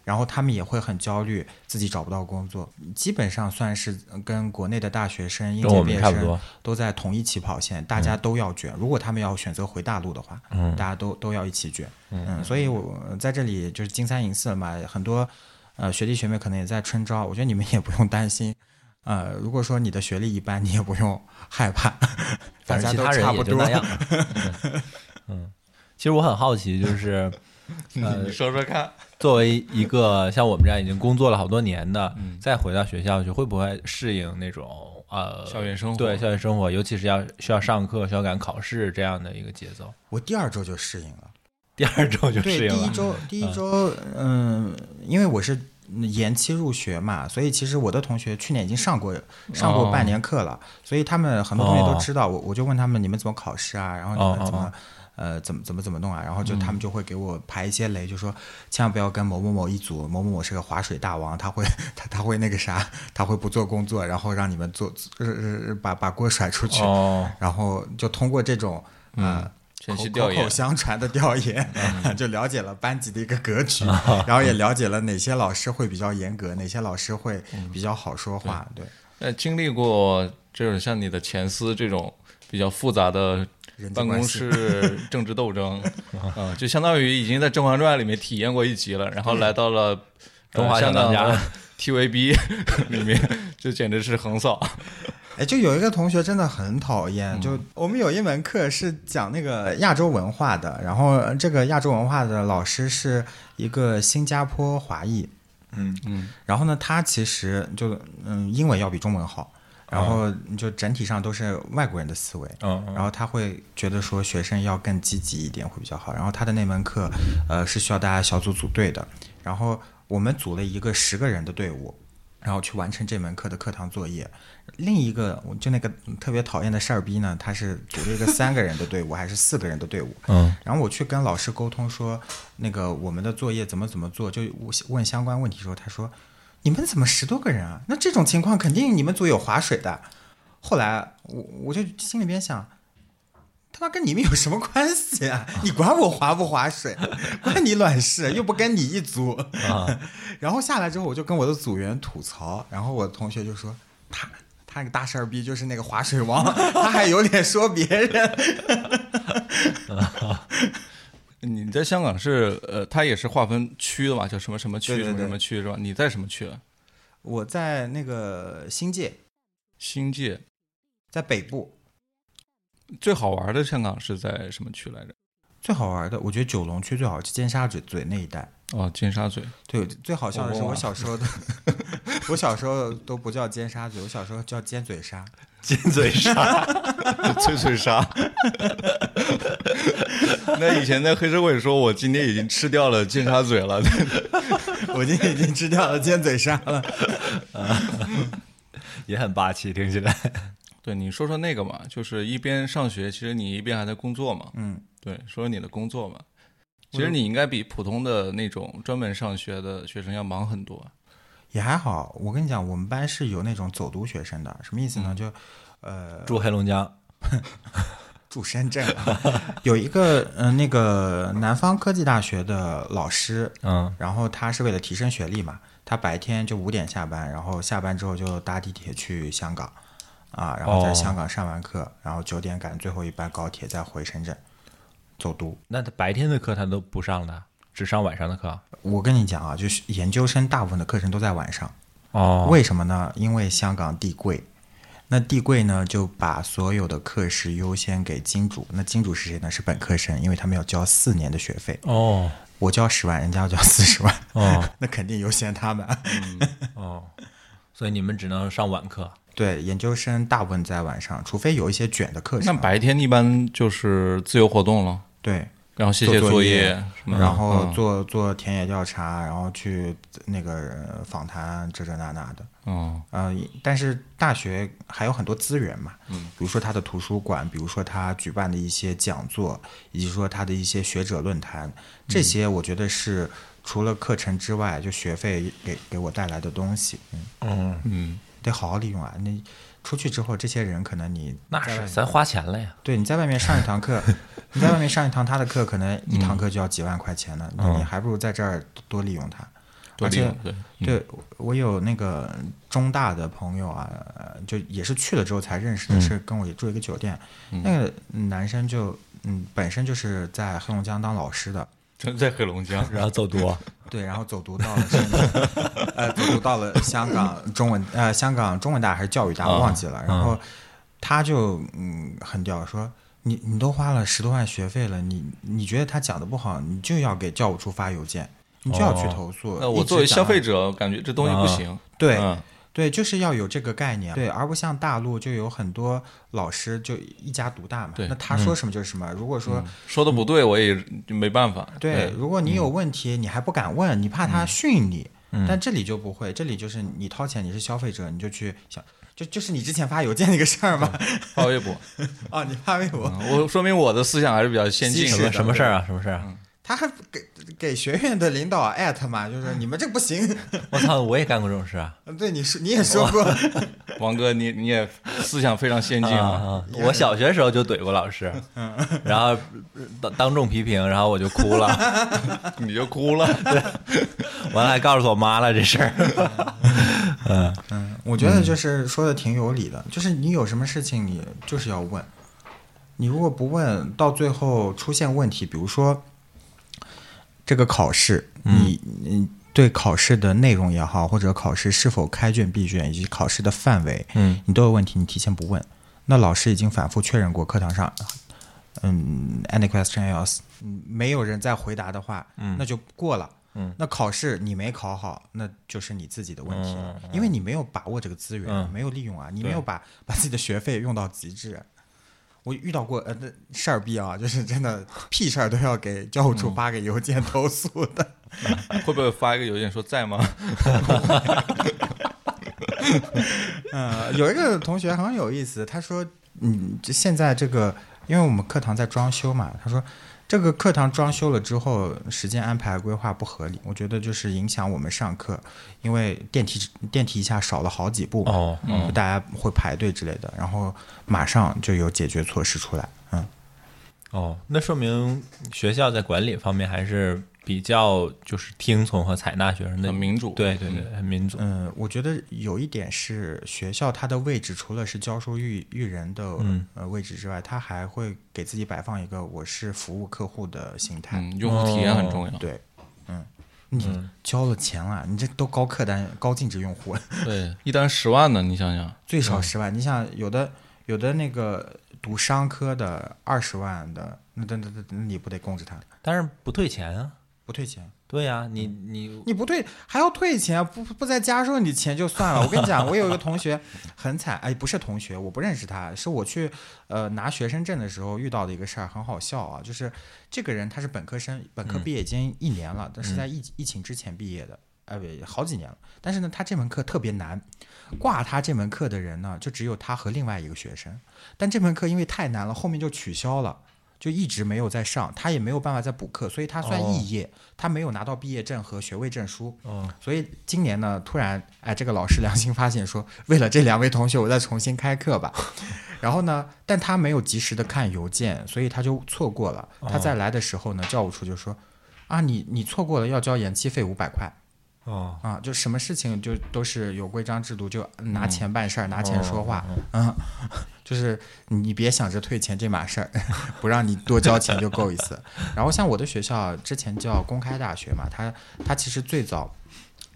[SPEAKER 2] 然后他们也会很焦虑，自己找不到工作，基本上算是跟国内的大学生、应
[SPEAKER 4] 跟我
[SPEAKER 2] 届
[SPEAKER 4] 们
[SPEAKER 2] 毕业
[SPEAKER 4] 差不
[SPEAKER 2] 生
[SPEAKER 4] 多嗯
[SPEAKER 2] 都在同一起跑线，大家都要卷。如果他们要选择回大陆的话，大家都都要一起卷。嗯，所以我在这里就是金三银四了嘛，很多呃学弟学妹可能也在春招，我觉得你们也不用担心。呃，如果说你的学历一般，你也不用害怕，大
[SPEAKER 4] 反正
[SPEAKER 2] 家
[SPEAKER 4] 其
[SPEAKER 2] 都
[SPEAKER 4] 他
[SPEAKER 2] 差
[SPEAKER 4] 人
[SPEAKER 2] 不
[SPEAKER 4] 也就
[SPEAKER 2] 多。
[SPEAKER 4] 那样。嗯， *laughs* 其实我很好奇，就是
[SPEAKER 3] 你说说看。
[SPEAKER 4] 作为一个像我们这样已经工作了好多年的，
[SPEAKER 3] 嗯
[SPEAKER 4] 再回到学校去，会不会适应那种呃
[SPEAKER 3] 校园生活
[SPEAKER 4] 对校园生活，尤其是要需要上课、需要赶考试这样的一个节
[SPEAKER 3] *laughs*
[SPEAKER 4] 奏。
[SPEAKER 2] 我第二周就适应了。
[SPEAKER 4] 第二周就适
[SPEAKER 2] 对，
[SPEAKER 4] 应
[SPEAKER 2] 第一
[SPEAKER 4] 了。
[SPEAKER 2] 周，第一周，嗯，因为我是延期入学嘛，所以其实我的同学去年已经上过上过
[SPEAKER 4] 哦
[SPEAKER 2] 半年课了，所以他们很多同学都知道。我我就问他们你们怎么考试啊？然后你们怎么、
[SPEAKER 4] 哦嗯
[SPEAKER 2] 呃怎么怎么怎么弄啊？然后就他们就会给我排一些雷，就说千万不要跟某某某一组，某某某是个划水大王，他会他他会那个啥，他会不做工作，然后让你们做呃把把锅甩出去，
[SPEAKER 4] 哦，
[SPEAKER 2] 然后就通过这种呃
[SPEAKER 3] 前期
[SPEAKER 2] 口
[SPEAKER 3] 嗯调
[SPEAKER 2] 口
[SPEAKER 3] 研嗯
[SPEAKER 2] 口相传的调研， *laughs* 就了解了班级的一个格局，然后也了解了哪些老师会比较严格，哪些老师会比较好说话。对，
[SPEAKER 3] 那经历过这种像你的前司这种比较复杂的
[SPEAKER 2] 人际
[SPEAKER 3] 办公
[SPEAKER 2] 关系
[SPEAKER 3] 室政治斗 *laughs* 争，啊、就相当于已经在《甄嬛传》里面体验过一集了，然后来到了、呃
[SPEAKER 4] 中华小
[SPEAKER 3] 香
[SPEAKER 4] 当
[SPEAKER 3] 港
[SPEAKER 4] 家
[SPEAKER 3] 的 *laughs* TVB 里面，就简直是横扫。
[SPEAKER 2] 哎，就有一个同学真的很讨厌，就我们有一门课是讲那个亚洲文化的，然后呃这个亚洲文化的老师是一个新加坡华裔，
[SPEAKER 4] 嗯
[SPEAKER 3] 嗯，
[SPEAKER 2] 然后呢，他其实就嗯英文要比中文好，然后就整体上都是外国人的思维，
[SPEAKER 4] 嗯嗯
[SPEAKER 2] 然后他会觉得说学生要更积极一点会比较好。然后他的那门课，呃，是需要大家小组组队的。然后我们组了一个十个人的队伍，然后去完成这门课的课堂作业。另一个我就那个特别讨厌的事儿逼呢，他是组了一个三个人的队伍还是四个人的队伍？
[SPEAKER 4] 嗯，
[SPEAKER 2] 然后我去跟老师沟通说，那个我们的作业怎么怎么做，就问相关问题的时候，他说你们怎么十多个人啊？那这种情况肯定你们组有划水的。后来我我就心里边想，他妈跟你们有什么关系啊？ *laughs* 你管我划不划水，关你卵事，又不跟你一组。
[SPEAKER 4] 啊
[SPEAKER 2] *laughs* 然后下来之后，我就跟我的组员吐槽，然后我的同学就说他。他那个大事儿逼就是那个划水王， *laughs* 他还有脸说别人。
[SPEAKER 3] *laughs* 你在香港是呃，它也是划分区的嘛，叫什么什么区
[SPEAKER 2] 对对
[SPEAKER 3] 什么
[SPEAKER 2] 对
[SPEAKER 3] 什么区是吧？你在什么区？
[SPEAKER 2] 我在那个新界，
[SPEAKER 3] 新界
[SPEAKER 2] 在北部
[SPEAKER 3] 最好玩的香港是在什么区来着？
[SPEAKER 2] 最好玩的，我觉得九龙区最好，尖沙咀嘴那一带。
[SPEAKER 3] 哦，尖沙咀。
[SPEAKER 2] 对，最好笑的是
[SPEAKER 4] 哦
[SPEAKER 3] 我忘
[SPEAKER 2] 我
[SPEAKER 3] 了
[SPEAKER 2] 小时候的， *laughs* 我小时候都不叫尖沙咀，我小时候叫尖嘴鲨。
[SPEAKER 4] 尖嘴鲨，
[SPEAKER 3] *laughs* 脆脆 *laughs* 鲨。 *laughs* 那以前在黑社会说，我今天已经吃掉了金沙嘴了，
[SPEAKER 2] 我今天已经吃掉了尖嘴鲨了。
[SPEAKER 4] 也很霸气，听起来。
[SPEAKER 3] 对，你说说那个嘛，就是一边上学，其实你一边还在工作嘛。嗯，对，说说你的工作嘛。其实你应该比普通的那种专门上学的学生要忙很多。
[SPEAKER 2] 也还好，我跟你讲，我们班是有那种走读学生的，什么意思呢？就，
[SPEAKER 4] *laughs*
[SPEAKER 2] 呃，
[SPEAKER 4] 住黑龙江，
[SPEAKER 2] 住深圳啊 *laughs* 有一个嗯、呃那个南方科技大学的老师，
[SPEAKER 4] 嗯，
[SPEAKER 2] 然后他是为了提升学历嘛，他白天就五点下班，然后下班之后就搭地铁去香港，啊，然后在
[SPEAKER 4] 哦
[SPEAKER 2] 香港上完课，然后九点赶最后一班高铁再回深圳，走读。
[SPEAKER 4] 那他白天的课他都不上的，只上晚上的课。
[SPEAKER 2] 我跟你讲啊，就是研究生大部分的课程都在晚上，
[SPEAKER 4] 哦
[SPEAKER 2] 为什么呢？因为香港地贵，那地贵呢就把所有的课时优先给金主。那金主是谁呢？是本科生，因为他们要交四年的学费。
[SPEAKER 4] 哦
[SPEAKER 2] 我交十万，人家要交四十万，
[SPEAKER 4] 哦
[SPEAKER 2] *laughs* 那肯定优先他们。
[SPEAKER 4] 哦，所以你们只能上晚课。
[SPEAKER 2] 对，研究生大部分在晚上，除非有一些卷的课
[SPEAKER 3] 那
[SPEAKER 2] 程。
[SPEAKER 3] 白天一般就是自由活动了，
[SPEAKER 2] 对，
[SPEAKER 3] 然后写
[SPEAKER 2] 做
[SPEAKER 3] 写作
[SPEAKER 2] 作
[SPEAKER 3] 业
[SPEAKER 2] 业
[SPEAKER 3] 什么的，
[SPEAKER 2] 然后
[SPEAKER 3] 嗯
[SPEAKER 2] 做做田野调查，然后去那个呃访谈这这那那的。
[SPEAKER 3] 嗯
[SPEAKER 2] 呃，但是大学还有很多资源嘛，嗯，比如说它的图书馆，比如说它举办的一些讲座，以及说它的一些学者论坛，这些我觉得是除了课程之外，就学费给给我带来的东西，嗯，
[SPEAKER 4] 嗯，
[SPEAKER 3] 嗯，
[SPEAKER 2] 得好好利用啊。你出去之后，这些人可能你
[SPEAKER 4] 那
[SPEAKER 2] 在外
[SPEAKER 4] 是
[SPEAKER 2] 面
[SPEAKER 4] 咱花钱了呀。
[SPEAKER 2] 对你在外面上一堂课，你在外面上一堂他的课，可能一堂课就要几万块钱呢，那你还不如在这儿多利用它，
[SPEAKER 3] 多
[SPEAKER 2] 而
[SPEAKER 3] 利
[SPEAKER 2] 且
[SPEAKER 3] 用对，
[SPEAKER 2] 对，我有那个中大的朋友啊，呃就也是去了之后才认识
[SPEAKER 3] 嗯
[SPEAKER 2] 的，是跟我也住一个酒店。那个男生就嗯，本身就是在黑龙江当老师的，
[SPEAKER 3] 真在黑龙江，
[SPEAKER 4] 然后走读，
[SPEAKER 2] 对，然后走读到了深圳， *laughs* 呃，走读到了香港中文呃香港中文大还是教育大，我忘记
[SPEAKER 3] 啊
[SPEAKER 2] 了。然后他就嗯很屌说。你你都花了十多万学费了，你你觉得他讲的不好，你就要给教务处发邮件，你就要去
[SPEAKER 4] 哦
[SPEAKER 2] 投诉。
[SPEAKER 3] *laughs* 那
[SPEAKER 2] 一
[SPEAKER 3] 我
[SPEAKER 2] 直
[SPEAKER 3] 作为
[SPEAKER 2] 讲
[SPEAKER 3] 消
[SPEAKER 2] 到
[SPEAKER 3] 费者，我感觉这东西不行。
[SPEAKER 2] 对，
[SPEAKER 3] 嗯
[SPEAKER 2] 对，就是要有这个概念，对，而不像大陆就有很多老师就一家独大嘛
[SPEAKER 3] 对，
[SPEAKER 2] 那他说什么就是什么。如果说、
[SPEAKER 3] 说的不对，我也没办法。
[SPEAKER 2] 对，如果你有问题，你还不敢问，你怕他训你，但这里就不会，这里就是你掏钱，你是消费者，你就去想，就就是你之前发邮件那个事儿嘛，
[SPEAKER 3] 发微博，
[SPEAKER 2] 哦，你发微博，
[SPEAKER 3] 嗯我说明我的思想还是比较先进
[SPEAKER 2] 西
[SPEAKER 4] 什
[SPEAKER 2] 式
[SPEAKER 3] 的嗯
[SPEAKER 4] 么
[SPEAKER 2] 的。
[SPEAKER 4] 什么事儿啊？什么事儿啊？
[SPEAKER 2] 他还给给学院的领导艾特嘛，就是你们这不行， *laughs*
[SPEAKER 4] 我操，我也干过这种事啊！
[SPEAKER 2] 对，你说你也说过，
[SPEAKER 3] 王哥，你你也思想非常先进
[SPEAKER 4] 啊
[SPEAKER 3] 啊。
[SPEAKER 4] 啊！我小学时候就怼过老师，然后呃当当众批评，然后我就哭了， *laughs*
[SPEAKER 3] *laughs* 你就哭了。
[SPEAKER 4] 完了还告诉我妈了这事儿。
[SPEAKER 2] 嗯，我觉得就是说的挺有理的，就是你有什么事情你就是要问，你如果不问，到最后出现问题，比如说这个考试，你你对考试的内容也好，或者考试是否开卷闭卷以及考试的范围，
[SPEAKER 4] 嗯，
[SPEAKER 2] 你都有问题，你提前不问，那老师已经反复确认过课堂上。嗯，any question else？嗯没有人再回答的话，嗯，那就过了。嗯，那考试你没考好，那就是你自己的问题了，因为你没有把握这个资源，
[SPEAKER 4] 嗯
[SPEAKER 2] 没有利用啊，你没有把把自己的学费用到极致。我遇到过呃那事儿逼啊，就是真的屁事儿都要给教务处发个邮件投诉的。
[SPEAKER 3] 会不会发一个邮件说在吗？ *laughs*
[SPEAKER 2] 呃，有一个同学很有意思，他说，嗯，这现在这个，因为我们课堂在装修嘛，他说这个课堂装修了之后，时间安排规划不合理，我觉得就是影响我们上课，因为电梯电梯一下少了好几步嘛，
[SPEAKER 4] 哦
[SPEAKER 2] 就大家会排队之类的，然后马上就有解决措施出来，嗯，
[SPEAKER 4] 哦，那说明学校在管理方面还是比较就是听从和采纳学生的
[SPEAKER 3] 很。民主。
[SPEAKER 4] 对对对，很民主。
[SPEAKER 2] 嗯，我觉得有一点是学校它的位置，除了是教书育育人的、
[SPEAKER 4] 嗯
[SPEAKER 2] 呃位置之外，它还会给自己摆放一个我是服务客户的心态。
[SPEAKER 3] 嗯，用户体验很重要。
[SPEAKER 2] 对，嗯，你交了钱了，你这都高客单、高净值用户，
[SPEAKER 3] 对，一单十万呢，你想想，
[SPEAKER 2] 最少十万。你想，有的有的那个读商科的二十万的，那那那那那你不得供着他，
[SPEAKER 4] 但是不退钱啊。
[SPEAKER 2] 不退钱？
[SPEAKER 4] 对呀、
[SPEAKER 3] 嗯
[SPEAKER 4] 你你
[SPEAKER 2] 你不退还要退钱，不不再加入你钱就算了。我跟你讲，我有一个同学很惨，哎，不是同学，我不认识他，是我去呃拿学生证的时候遇到的一个事儿，很好笑啊。就是这个人他是本科生，本科毕业已经一年了，但是在疫疫情之前毕业的，呃也好几年了，但是呢，他这门课特别难，挂他这门课的人呢，就只有他和另外一个学生，但这门课因为太难了，后面就取消了。就一直没有再上，他也没有办法再补课，所以他算肄业，他没有拿到毕业证和学位证书。
[SPEAKER 4] 哦
[SPEAKER 2] 所以今年呢，突然哎，这个老师良心发现说， *laughs* 为了这两位同学，我再重新开课吧。然后呢，但他没有及时的看邮件，所以他就错过了。他再来的时候呢，教务处就说啊，你你错过了要交延期费五百块。
[SPEAKER 4] 哦，
[SPEAKER 2] 啊，就什么事情就都是有规章制度，就拿钱办事儿，拿钱说话， *laughs* 嗯，就是你别想着退钱这码事儿， *laughs* 不让你多交钱就够一次。 *laughs* 然后像我的学校之前叫公开大学嘛，它它其实最早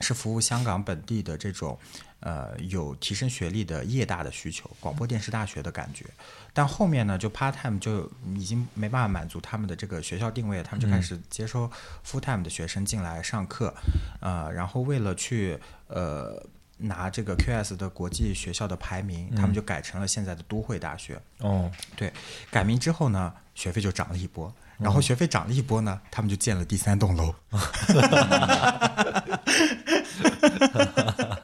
[SPEAKER 2] 是服务香港本地的这种呃有提升学历的业大的需求，广播电视大学的感觉。但后面呢，就 part time 就已经没办法满足他们的这个学校定位，他们就开始接收 full time 的学生进来上课，呃，然后为了去呃拿这个 QS 的国际学校的排名，
[SPEAKER 3] 嗯
[SPEAKER 2] 他们就改成了现在的都会大学。
[SPEAKER 4] 哦，
[SPEAKER 2] 对，改名之后呢，学费就涨了一波。
[SPEAKER 3] 嗯
[SPEAKER 2] 然后学费涨了一波呢，他们就建了第三栋楼。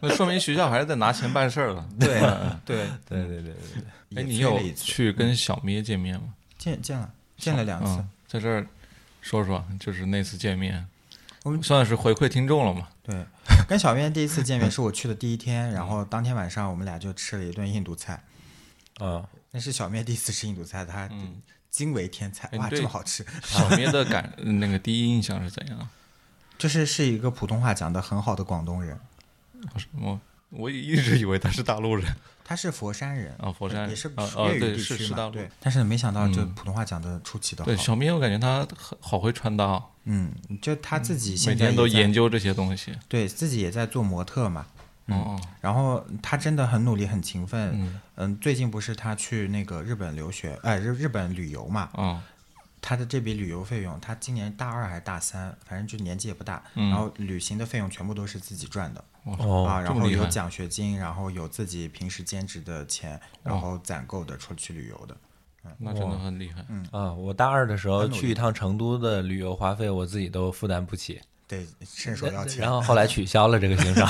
[SPEAKER 3] 那说明学校还是在拿钱办事儿了。嗯
[SPEAKER 2] 对啊对，
[SPEAKER 4] 对对对对
[SPEAKER 2] 也
[SPEAKER 3] 哎，
[SPEAKER 4] 对，
[SPEAKER 3] 你
[SPEAKER 2] 催了
[SPEAKER 3] 有
[SPEAKER 2] 一次
[SPEAKER 3] 去跟小咩见面吗？
[SPEAKER 2] 见见了见了两次，
[SPEAKER 3] 嗯，在这儿说说，就是那次见面，
[SPEAKER 2] 我们
[SPEAKER 3] 算是回馈听众了嘛？
[SPEAKER 2] 对， *laughs* 跟小编第一次见面是我去的第一天，然后当天晚上我们俩就吃了一顿印度菜。
[SPEAKER 4] 嗯，
[SPEAKER 2] 那是小面第一次吃印度菜，他惊为天才，
[SPEAKER 3] 嗯哎
[SPEAKER 2] 哇，
[SPEAKER 3] 对
[SPEAKER 2] 这么好吃！
[SPEAKER 3] 小咩的感那个第一印象是怎样？
[SPEAKER 2] 就是是一个普通话讲得很好的广东人，
[SPEAKER 3] 我我一直以为他是大
[SPEAKER 2] *laughs*
[SPEAKER 3] 陆人
[SPEAKER 2] 他是佛山人
[SPEAKER 3] 啊，佛山
[SPEAKER 2] 也是
[SPEAKER 3] 啊啊，
[SPEAKER 2] 粤语
[SPEAKER 3] 对，
[SPEAKER 2] 地
[SPEAKER 3] 是
[SPEAKER 2] 区
[SPEAKER 3] 是大
[SPEAKER 2] 嘛，
[SPEAKER 3] 陆。
[SPEAKER 2] 对。但是没想到就
[SPEAKER 3] 嗯
[SPEAKER 2] 普通话讲得出奇的好
[SPEAKER 3] 对，，小咩，我感觉他很好会穿搭哦，
[SPEAKER 2] 嗯，就他自己
[SPEAKER 3] 每
[SPEAKER 2] 现在
[SPEAKER 3] 天都
[SPEAKER 2] 也在
[SPEAKER 3] 研究这些东西。
[SPEAKER 2] 对自己也在做模特嘛，
[SPEAKER 3] 哦，
[SPEAKER 2] 然后他真的很努力，很勤奋。
[SPEAKER 3] 嗯
[SPEAKER 2] 嗯最近不是他去那个日本留学，哎，日日本旅游嘛，
[SPEAKER 3] 哦，
[SPEAKER 2] 他的这笔旅游费用，他今年大二还是大三，反正就年纪也不大，
[SPEAKER 3] 嗯
[SPEAKER 2] 然后旅行的费用全部都是自己赚的。
[SPEAKER 4] 哦
[SPEAKER 2] 啊，
[SPEAKER 3] 这
[SPEAKER 2] 然
[SPEAKER 3] 么
[SPEAKER 2] 后
[SPEAKER 3] 厉害哦
[SPEAKER 2] 有奖学金，然后有自己平时兼职的钱，然后攒够的出去旅游的。
[SPEAKER 3] 那真的很厉害。
[SPEAKER 2] 嗯
[SPEAKER 4] 啊，我大二的时候
[SPEAKER 2] 很努力
[SPEAKER 4] 去一趟成都的旅游花费，我自己都负担不起，
[SPEAKER 2] 对，伸手要钱
[SPEAKER 4] 然。后后来取消了这个行程。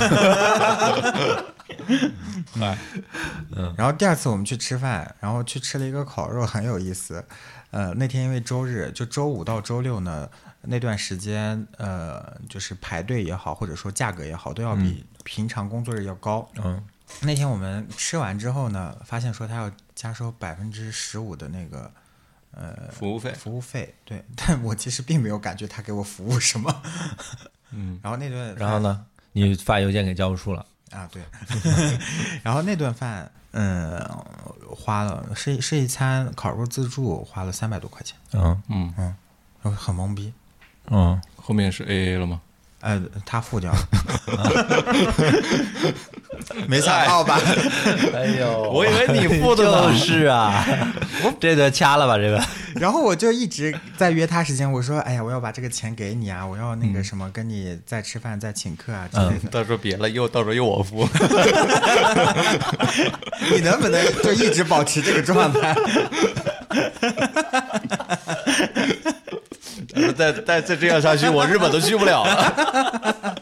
[SPEAKER 2] 然后第二次我们去吃饭，然后去吃了一个烤肉，很有意思。呃，那天因为周日，就周五到周六呢，那段时间，呃，就是排队也好，或者说价格也好，都要比平常工作日要高。
[SPEAKER 4] 嗯，
[SPEAKER 2] 那天我们吃完之后呢，发现说他要加收百分之十五的那个
[SPEAKER 3] 嗯服务费，
[SPEAKER 2] 服务费，对，但我其实并没有感觉他给我服务什么。
[SPEAKER 3] 嗯，
[SPEAKER 2] 然后那顿，
[SPEAKER 4] 然后呢，你发邮件给教务处了，
[SPEAKER 2] 啊，对。 *laughs* 然后那顿饭，嗯，花了是是一餐烤肉自助，花了三百多块钱，
[SPEAKER 4] 嗯
[SPEAKER 3] 嗯，
[SPEAKER 2] 我很懵逼。
[SPEAKER 4] 嗯，
[SPEAKER 3] 后面是 A A 了吗？
[SPEAKER 2] 呃，他付掉了， *laughs* 没想到吧？
[SPEAKER 4] 哎
[SPEAKER 2] 哦
[SPEAKER 4] 呦，
[SPEAKER 3] 我以为
[SPEAKER 4] *laughs*
[SPEAKER 3] 你付的呢
[SPEAKER 4] 就是啊， *laughs* 这个掐了吧，这个，
[SPEAKER 2] *laughs* 然后我就一直在约他时间，我说，哎呀，我要把这个钱给你啊，我要那个什么，跟你再吃饭、再请客啊之类的。*laughs*
[SPEAKER 3] *laughs* 到时候别了，又到时候又我付。 *laughs*
[SPEAKER 2] 你能不能就一直保持这个状态？
[SPEAKER 3] 再再再这样下去，我日本都去不了 *laughs* 了。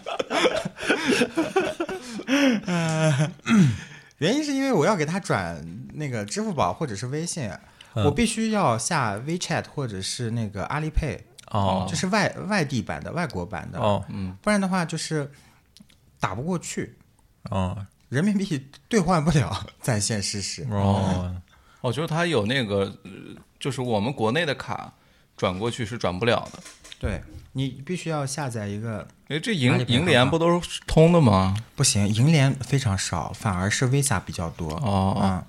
[SPEAKER 2] 原因是因为我要给他转那个支付宝或者是微信，
[SPEAKER 3] 嗯
[SPEAKER 2] 我必须要下 WeChat 或者是那个阿里 Pay，
[SPEAKER 4] 哦
[SPEAKER 2] 就是外外地版的、外国版的，嗯
[SPEAKER 4] 哦
[SPEAKER 2] 不然的话就是打不过去，
[SPEAKER 4] 哦
[SPEAKER 2] 人民币兑换不了， *laughs* 在线实时。
[SPEAKER 3] 嗯
[SPEAKER 4] 哦，
[SPEAKER 3] 我觉得他有那个，呃就是我们国内的卡转过去是转不了的。
[SPEAKER 2] 对你必须要下载一个，
[SPEAKER 3] 哎，这
[SPEAKER 2] 哪
[SPEAKER 3] 银
[SPEAKER 2] 里不
[SPEAKER 3] 银联不都是通的吗？
[SPEAKER 2] 不行，银联非常少，反而是 Visa 比较多。
[SPEAKER 3] 哦，
[SPEAKER 2] 嗯，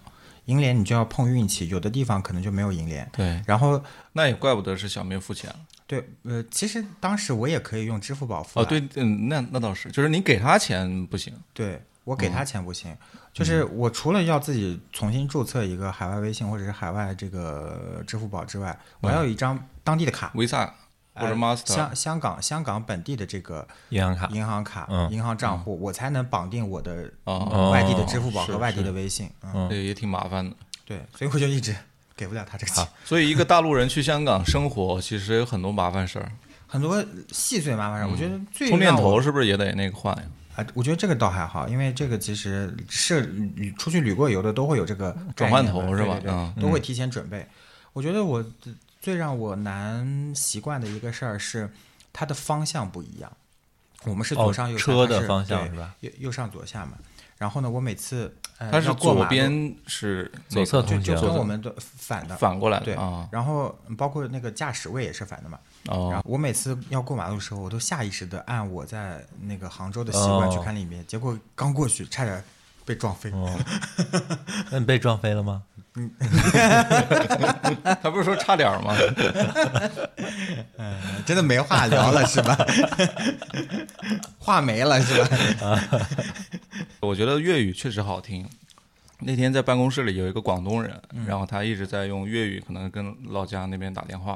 [SPEAKER 2] 银联你就要碰运气，有的地方可能就没有银联。
[SPEAKER 3] 对，
[SPEAKER 2] 然后
[SPEAKER 3] 那也怪不得是小明付钱了。
[SPEAKER 2] 对，呃，其实当时我也可以用支付宝付
[SPEAKER 3] 哦，
[SPEAKER 2] 啊
[SPEAKER 3] 对，嗯，那那倒是，就是你给他钱不行。
[SPEAKER 2] 对我给
[SPEAKER 3] 哦
[SPEAKER 2] 他钱不行，就是
[SPEAKER 3] 嗯
[SPEAKER 2] 我除了要自己重新注册一个海外微信或者是海外这个支付宝之外，我还要有一张当地的卡，
[SPEAKER 3] Visa 嗯或者
[SPEAKER 2] 呃
[SPEAKER 3] Master，啊
[SPEAKER 2] 香香港香港本地的这个
[SPEAKER 4] 银行卡，
[SPEAKER 2] 银行卡、
[SPEAKER 4] 嗯
[SPEAKER 2] 银行账户，我才能绑定我的嗯
[SPEAKER 3] 哦
[SPEAKER 2] 外地的支付宝
[SPEAKER 3] 是
[SPEAKER 2] 和外地的微信。嗯，
[SPEAKER 3] 对，也挺麻烦的。
[SPEAKER 2] 对，所以我就一直给不了他这个钱，
[SPEAKER 3] 所以一个大陆人去香港生活，其实有很多麻烦事儿。
[SPEAKER 2] 很多细碎麻烦事儿。我觉得最
[SPEAKER 3] 嗯充电
[SPEAKER 2] 让我
[SPEAKER 3] 头是不是也得那个换呀？
[SPEAKER 2] 啊，我觉得这个倒还好，因为这个其实是旅出去旅过游的都会有这个概
[SPEAKER 3] 转换
[SPEAKER 2] 念嘛
[SPEAKER 3] 头是
[SPEAKER 2] 对
[SPEAKER 3] 吧
[SPEAKER 2] 对对
[SPEAKER 3] 嗯
[SPEAKER 2] 都会提前准备。我觉得我最让我难习惯的一个事儿是它的方向不一样，我们是左
[SPEAKER 4] 哦
[SPEAKER 2] 上右下，
[SPEAKER 4] 车
[SPEAKER 2] 它
[SPEAKER 4] 的
[SPEAKER 2] 是
[SPEAKER 4] 方向
[SPEAKER 2] 对
[SPEAKER 4] 是吧？
[SPEAKER 2] 右右上左下嘛。然后呢，我每次呃
[SPEAKER 3] 它是
[SPEAKER 2] 要过马
[SPEAKER 3] 左
[SPEAKER 2] 路
[SPEAKER 3] 边是那
[SPEAKER 4] 左
[SPEAKER 3] 个
[SPEAKER 4] 侧
[SPEAKER 2] 就
[SPEAKER 4] 通
[SPEAKER 2] 就
[SPEAKER 4] 行
[SPEAKER 2] 跟我们的反的
[SPEAKER 3] 反过来的
[SPEAKER 2] 对
[SPEAKER 3] 啊，
[SPEAKER 2] 然后包括那个驾驶位也是反的嘛。然
[SPEAKER 3] 哦
[SPEAKER 2] 后我每次要过马路的时候，我都下意识的按我在那个杭州的习惯去
[SPEAKER 4] 哦
[SPEAKER 2] 看里面，结果刚过去差点被撞飞。
[SPEAKER 4] 哦，那你被撞飞了吗？
[SPEAKER 3] 他不是说差点儿吗？ *laughs*
[SPEAKER 2] 真的没话聊了是吧？ *laughs* 话没了是吧？
[SPEAKER 3] 我觉得粤语确实好听。那天在办公室里有一个广东人，
[SPEAKER 2] 嗯
[SPEAKER 3] 然后他一直在用粤语，可能跟老家那边打电话。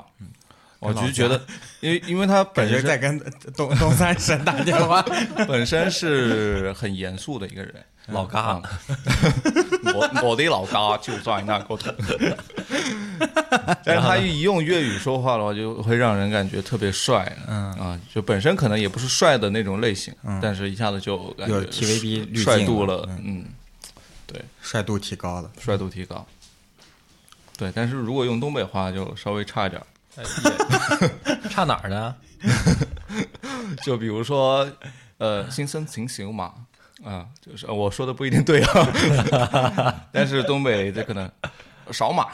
[SPEAKER 3] 我
[SPEAKER 2] 嗯跟老
[SPEAKER 3] 就觉得，因为因为他
[SPEAKER 2] 感
[SPEAKER 3] 本
[SPEAKER 2] 觉
[SPEAKER 3] 身
[SPEAKER 2] 在跟东东三省打电话。 *laughs*
[SPEAKER 3] 本身是很严肃的一个人，
[SPEAKER 4] 老嘎
[SPEAKER 3] 嗯， *laughs* 我我的老家就在那沟通。但是他一用粤语说话的话，就会让人感觉特别帅，嗯啊，就本身可能也不是帅的那种类型，但是一下子就感觉
[SPEAKER 2] 有 TVB 滤镜
[SPEAKER 3] 帅度
[SPEAKER 2] 了
[SPEAKER 3] 了，嗯，对，
[SPEAKER 2] 帅度提高了，
[SPEAKER 3] 帅度提高。对，但是如果用东北话就稍微差一点儿，
[SPEAKER 4] 差哪儿呢？
[SPEAKER 3] 就比如说，呃，心生情形嘛，啊、就是呃我说的不一定对啊， *laughs* 但是东北这可能少马，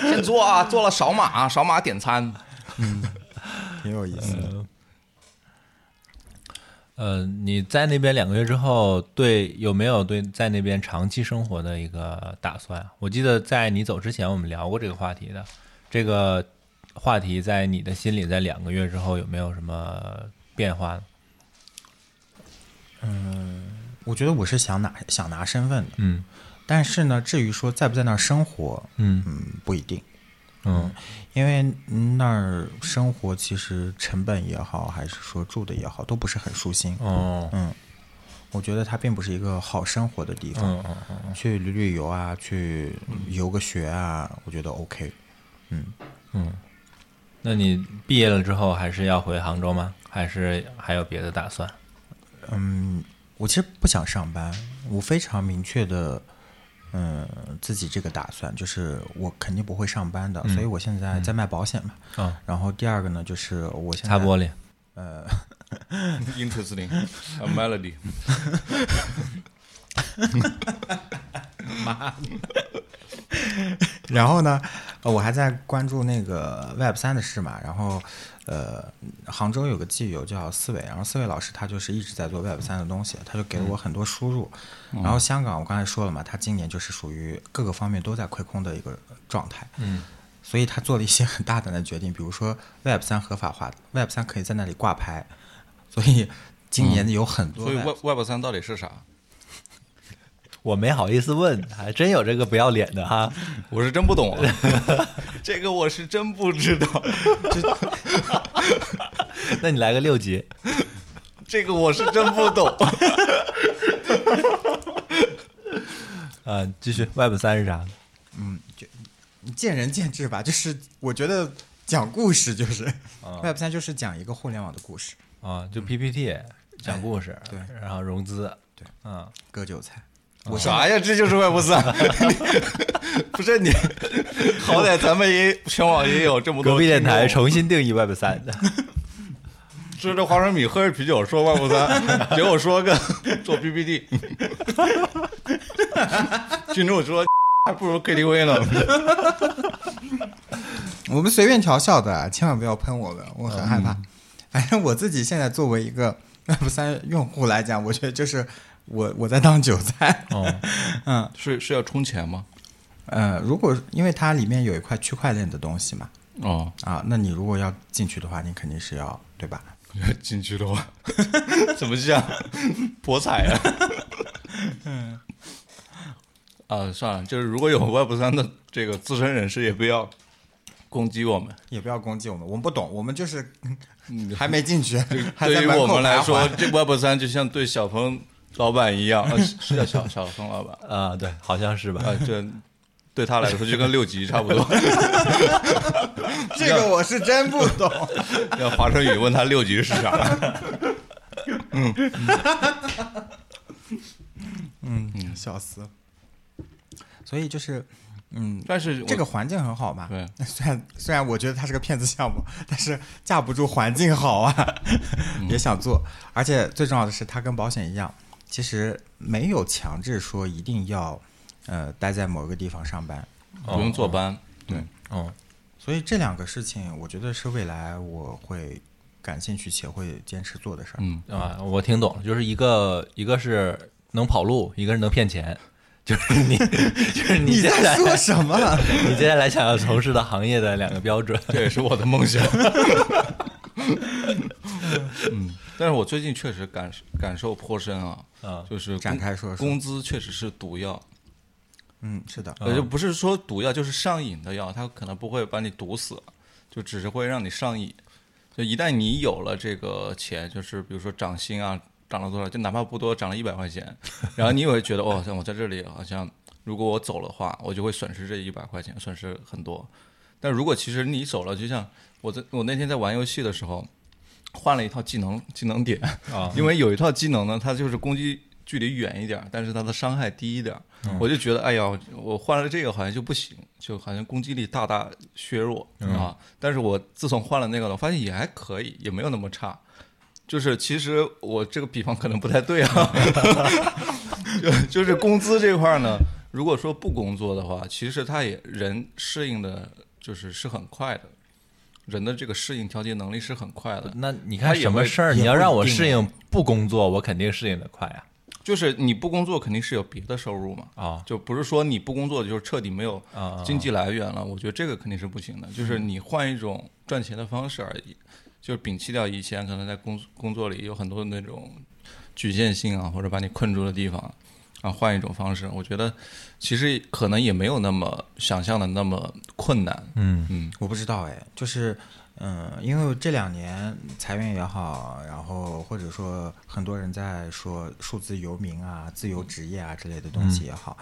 [SPEAKER 3] 先做啊，做了少马，少马点餐，
[SPEAKER 2] 挺有意思的。
[SPEAKER 4] 呃，你在那边两个月之后，对有没有对在那边长期生活的一个打算？我记得在你走之前，我们聊过这个话题的。这个话题在你的心里，在两个月之后有没有什么变化呢？
[SPEAKER 2] 我觉得我是想拿想拿身份的，
[SPEAKER 4] 嗯
[SPEAKER 2] 但是呢，至于说在不在那儿生活，
[SPEAKER 4] 嗯
[SPEAKER 2] 嗯，不一定，
[SPEAKER 4] 嗯
[SPEAKER 2] 因为那儿生活其实成本也好，还是说住的也好，都不是很舒心。
[SPEAKER 4] 哦
[SPEAKER 2] 嗯，我觉得它并不是一个好生活的地方。
[SPEAKER 4] 嗯嗯嗯，
[SPEAKER 2] 去旅旅游啊，去游个学啊，我觉得 OK。嗯
[SPEAKER 4] 那你毕业了之后还是要回杭州吗？还是还有别的打算？
[SPEAKER 2] 嗯，我其实不想上班，我非常明确的，嗯，自己这个打算就是我肯定不会上班
[SPEAKER 4] 嗯
[SPEAKER 2] 的，所以我现在在卖保险嘛。
[SPEAKER 4] 啊、
[SPEAKER 2] 然后第二个呢，就是我现在
[SPEAKER 4] 擦玻璃。
[SPEAKER 2] 呃，
[SPEAKER 3] interesting a 啊 melody，
[SPEAKER 2] 然后呢，呃我还在关注那个 Web 三的事嘛，然后呃，杭州有个基友叫思维，然后思维老师他就是一直在做 Web 三的东西，他就给
[SPEAKER 3] 嗯
[SPEAKER 2] 了我很多输入。然后香港我刚才说了嘛，他今年就是属于各个方面都在亏空的一个状态，
[SPEAKER 4] 嗯
[SPEAKER 2] 所以他做了一些很大胆的决定，比如说 Web 三合法化，Web 三可以在那里挂牌，所以今年有很多
[SPEAKER 3] 嗯所以
[SPEAKER 2] Web,、
[SPEAKER 3] Web Web 三到底是啥？
[SPEAKER 4] 我没好意思问，还真有这个不要脸的 *laughs* 哈。
[SPEAKER 3] 我是真不懂、啊，这个我是真不知道，
[SPEAKER 4] 那你来个六级，
[SPEAKER 3] 这个我是真不懂。
[SPEAKER 4] 啊，继续嗯 Web 三是啥？
[SPEAKER 2] 见仁见智吧，就是我觉得讲故事就是
[SPEAKER 3] 哦
[SPEAKER 2] *laughs* Web 三就是讲一个互联网的故事，
[SPEAKER 4] 啊，就 PPT 讲故事，
[SPEAKER 2] 对
[SPEAKER 4] 然后融资，对，嗯，
[SPEAKER 2] 割韭菜。
[SPEAKER 3] *laughs* 我啥呀？这就是 Web 三， *laughs* 不是你， *laughs* 好歹咱们也全网也有这么多
[SPEAKER 4] 隔壁电台
[SPEAKER 3] 听众
[SPEAKER 4] 重新定义 Web *laughs* 三，
[SPEAKER 3] 吃着花生米，喝着啤酒，说 Web 三，结果说个做 *laughs* PPT，群众说还不如 KTV 呢。
[SPEAKER 2] 我们随便调笑的啊，千万不要喷我们，我很害
[SPEAKER 3] 嗯
[SPEAKER 2] 怕。反正我自己现在作为一个 *laughs* Web 三用户来讲，我觉得就是我我在当韭菜。
[SPEAKER 4] 哦，
[SPEAKER 2] 嗯
[SPEAKER 3] 是是要充钱吗？
[SPEAKER 2] *laughs* 呃，如果因为它里面有一块区块链的东西嘛，
[SPEAKER 3] 哦，
[SPEAKER 2] 啊，那你如果要进去的话，你肯定是要对吧？
[SPEAKER 3] *laughs* 进去的话 *laughs* 怎么这样博彩啊？嗯， *laughs* 啊，算了，就是如果有 Web 三的这个资深人士，也不要攻击我们。
[SPEAKER 2] 也不要攻击我们，我们不懂，我们就是 *laughs*
[SPEAKER 3] 嗯
[SPEAKER 2] 还没进去， *laughs* 还在
[SPEAKER 3] *laughs* 对于
[SPEAKER 2] 门
[SPEAKER 3] 我
[SPEAKER 2] 口
[SPEAKER 3] 们来
[SPEAKER 2] 徘
[SPEAKER 3] 说
[SPEAKER 2] *laughs* 徊，
[SPEAKER 3] 这 Web 三就像对小啊鹏老板一样，呃、是是叫小小鹏老板
[SPEAKER 4] 啊，对，好像是吧？
[SPEAKER 3] 啊，这对他来说就跟六级差不多。 *laughs*
[SPEAKER 2] 这个我是真不
[SPEAKER 3] *laughs*
[SPEAKER 2] 懂。
[SPEAKER 3] 让华晨宇问他六级是啥？
[SPEAKER 2] 嗯，笑死。所以就是，嗯，
[SPEAKER 3] *laughs* 但是我
[SPEAKER 2] 这个环境很好嘛。
[SPEAKER 3] 对，
[SPEAKER 2] *laughs* 虽然虽然我觉得它是个骗子项目，但是架不住环境好啊，
[SPEAKER 3] 嗯
[SPEAKER 2] 也想做。而且最重要的是，它跟保险一样，其实没有强制说一定要呃待在某个地方上班。
[SPEAKER 3] 不用坐班，
[SPEAKER 4] 哦，
[SPEAKER 2] 所以这两个事情，我觉得是未来我会感兴趣且会坚持做的事儿。
[SPEAKER 3] 嗯，
[SPEAKER 4] 啊，我听懂了，就是一个一个是能跑路，一个是能骗钱，就是你 *laughs* 就是你
[SPEAKER 2] 你
[SPEAKER 4] 接下
[SPEAKER 2] 在
[SPEAKER 4] 来
[SPEAKER 2] 说什么？啊
[SPEAKER 3] *laughs*
[SPEAKER 4] 你接下来想要从事的行业的两个标准。
[SPEAKER 3] 这也是我的梦想。 *laughs* 嗯，但是我最近确实感感受颇深啊，
[SPEAKER 4] 啊
[SPEAKER 3] 就是
[SPEAKER 2] 展
[SPEAKER 3] 工
[SPEAKER 2] 开说说
[SPEAKER 3] 工资确实是毒药，
[SPEAKER 2] 嗯，是的，
[SPEAKER 3] 呃，就不是说毒药，就是上瘾的药，它可能不会把你毒死，就只是会让你上瘾。就一旦你有了这个钱，就是比如说涨薪啊，涨了多少，就哪怕不多，涨了一百块钱，然后你也会觉得，哦，像我在这里，好像如果我走的话，我就会损失这一百块钱，损失很多。但如果其实你走了，就像我在我那天在玩游戏的时候，换了一套技能技能点，
[SPEAKER 4] 啊
[SPEAKER 3] *laughs* 因为有一套技能呢，它就是攻击距离远一点儿，但是它的伤害低一点儿。我就觉得，哎呀，我换了这个好像就不行，就好像攻击力大大削弱啊。但是我自从换了那个了，我发现也还可以，也没有那么差。就是其实我这个比方可能不太对啊， *laughs* 就就是工资这块儿呢，如果说不工作的话，其实他也人适应的，就是是很快的，人的这个适应调节能力是很快的。
[SPEAKER 4] *laughs* 那你
[SPEAKER 3] 他
[SPEAKER 4] 看
[SPEAKER 3] 也
[SPEAKER 4] 什么
[SPEAKER 3] 会
[SPEAKER 4] 事儿，
[SPEAKER 2] 也
[SPEAKER 4] 你要
[SPEAKER 2] 不
[SPEAKER 4] 让我
[SPEAKER 2] 一定啊
[SPEAKER 4] 适应不工作，我肯定适应的快啊。
[SPEAKER 3] 就是你不工作肯定是有别的收入嘛，
[SPEAKER 4] 啊
[SPEAKER 3] 就不是说你不工作就是彻底没有
[SPEAKER 4] 啊
[SPEAKER 3] 经济来源了。我觉得这个肯定是不行的，就是你换一种赚钱的方式而已，就是摒弃掉以前可能在工工作里有很多那种局限性啊，或者把你困住的地方啊，换一种方式，我觉得其实可能也没有那么想象的那么困难。
[SPEAKER 4] 嗯
[SPEAKER 3] 嗯
[SPEAKER 2] 我不知道哎，就是，嗯、因为这两年裁员也好，然后或者说很多人在说数字游民啊、自由职业啊之类的东西也好，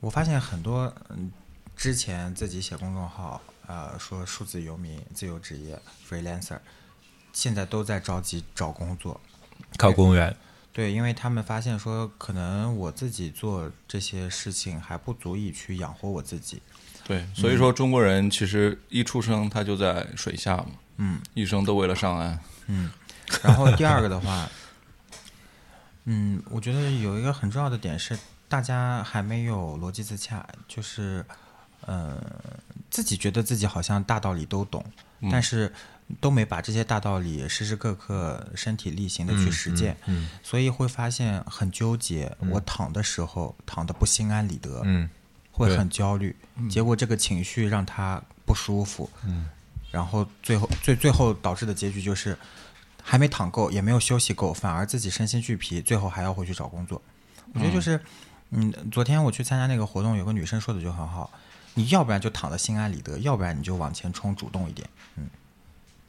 [SPEAKER 2] 我发现很多嗯，之前自己写公众号，呃，说数字游民、自由职业、freelancer，现在都在着急找工作。
[SPEAKER 4] 考公务员
[SPEAKER 2] 对，因为他们发现说，可能我自己做这些事情还不足以去养活我自己。
[SPEAKER 3] 对，所
[SPEAKER 4] 嗯
[SPEAKER 3] 以说中国人其实一出生他就在水下嘛，
[SPEAKER 2] 嗯，
[SPEAKER 3] 一生都为了上岸。
[SPEAKER 2] 然后第二个的话，嗯，我觉得有一个很重要的点是，大家还没有逻辑自洽，就是，呃，自己觉得自己好像大道理都懂，
[SPEAKER 4] 嗯
[SPEAKER 2] 但是都没把这些大道理时时刻刻身体力行的去实践，
[SPEAKER 4] 嗯
[SPEAKER 2] 所以会发现很纠结。我躺的时候躺的不心安理得，
[SPEAKER 4] 嗯
[SPEAKER 2] 会很焦虑，结果这个情绪让他不舒服，
[SPEAKER 4] 嗯
[SPEAKER 2] 然后最后最最后导致的结局就是还没躺够，也没有休息够，反而自己身心俱疲，最后还要回去找工作。我觉得就是，嗯，昨天我去参加那个活动，有个女生说的就很好，你要不然就躺得心安理得，要不然你就往前冲，主动一点，嗯。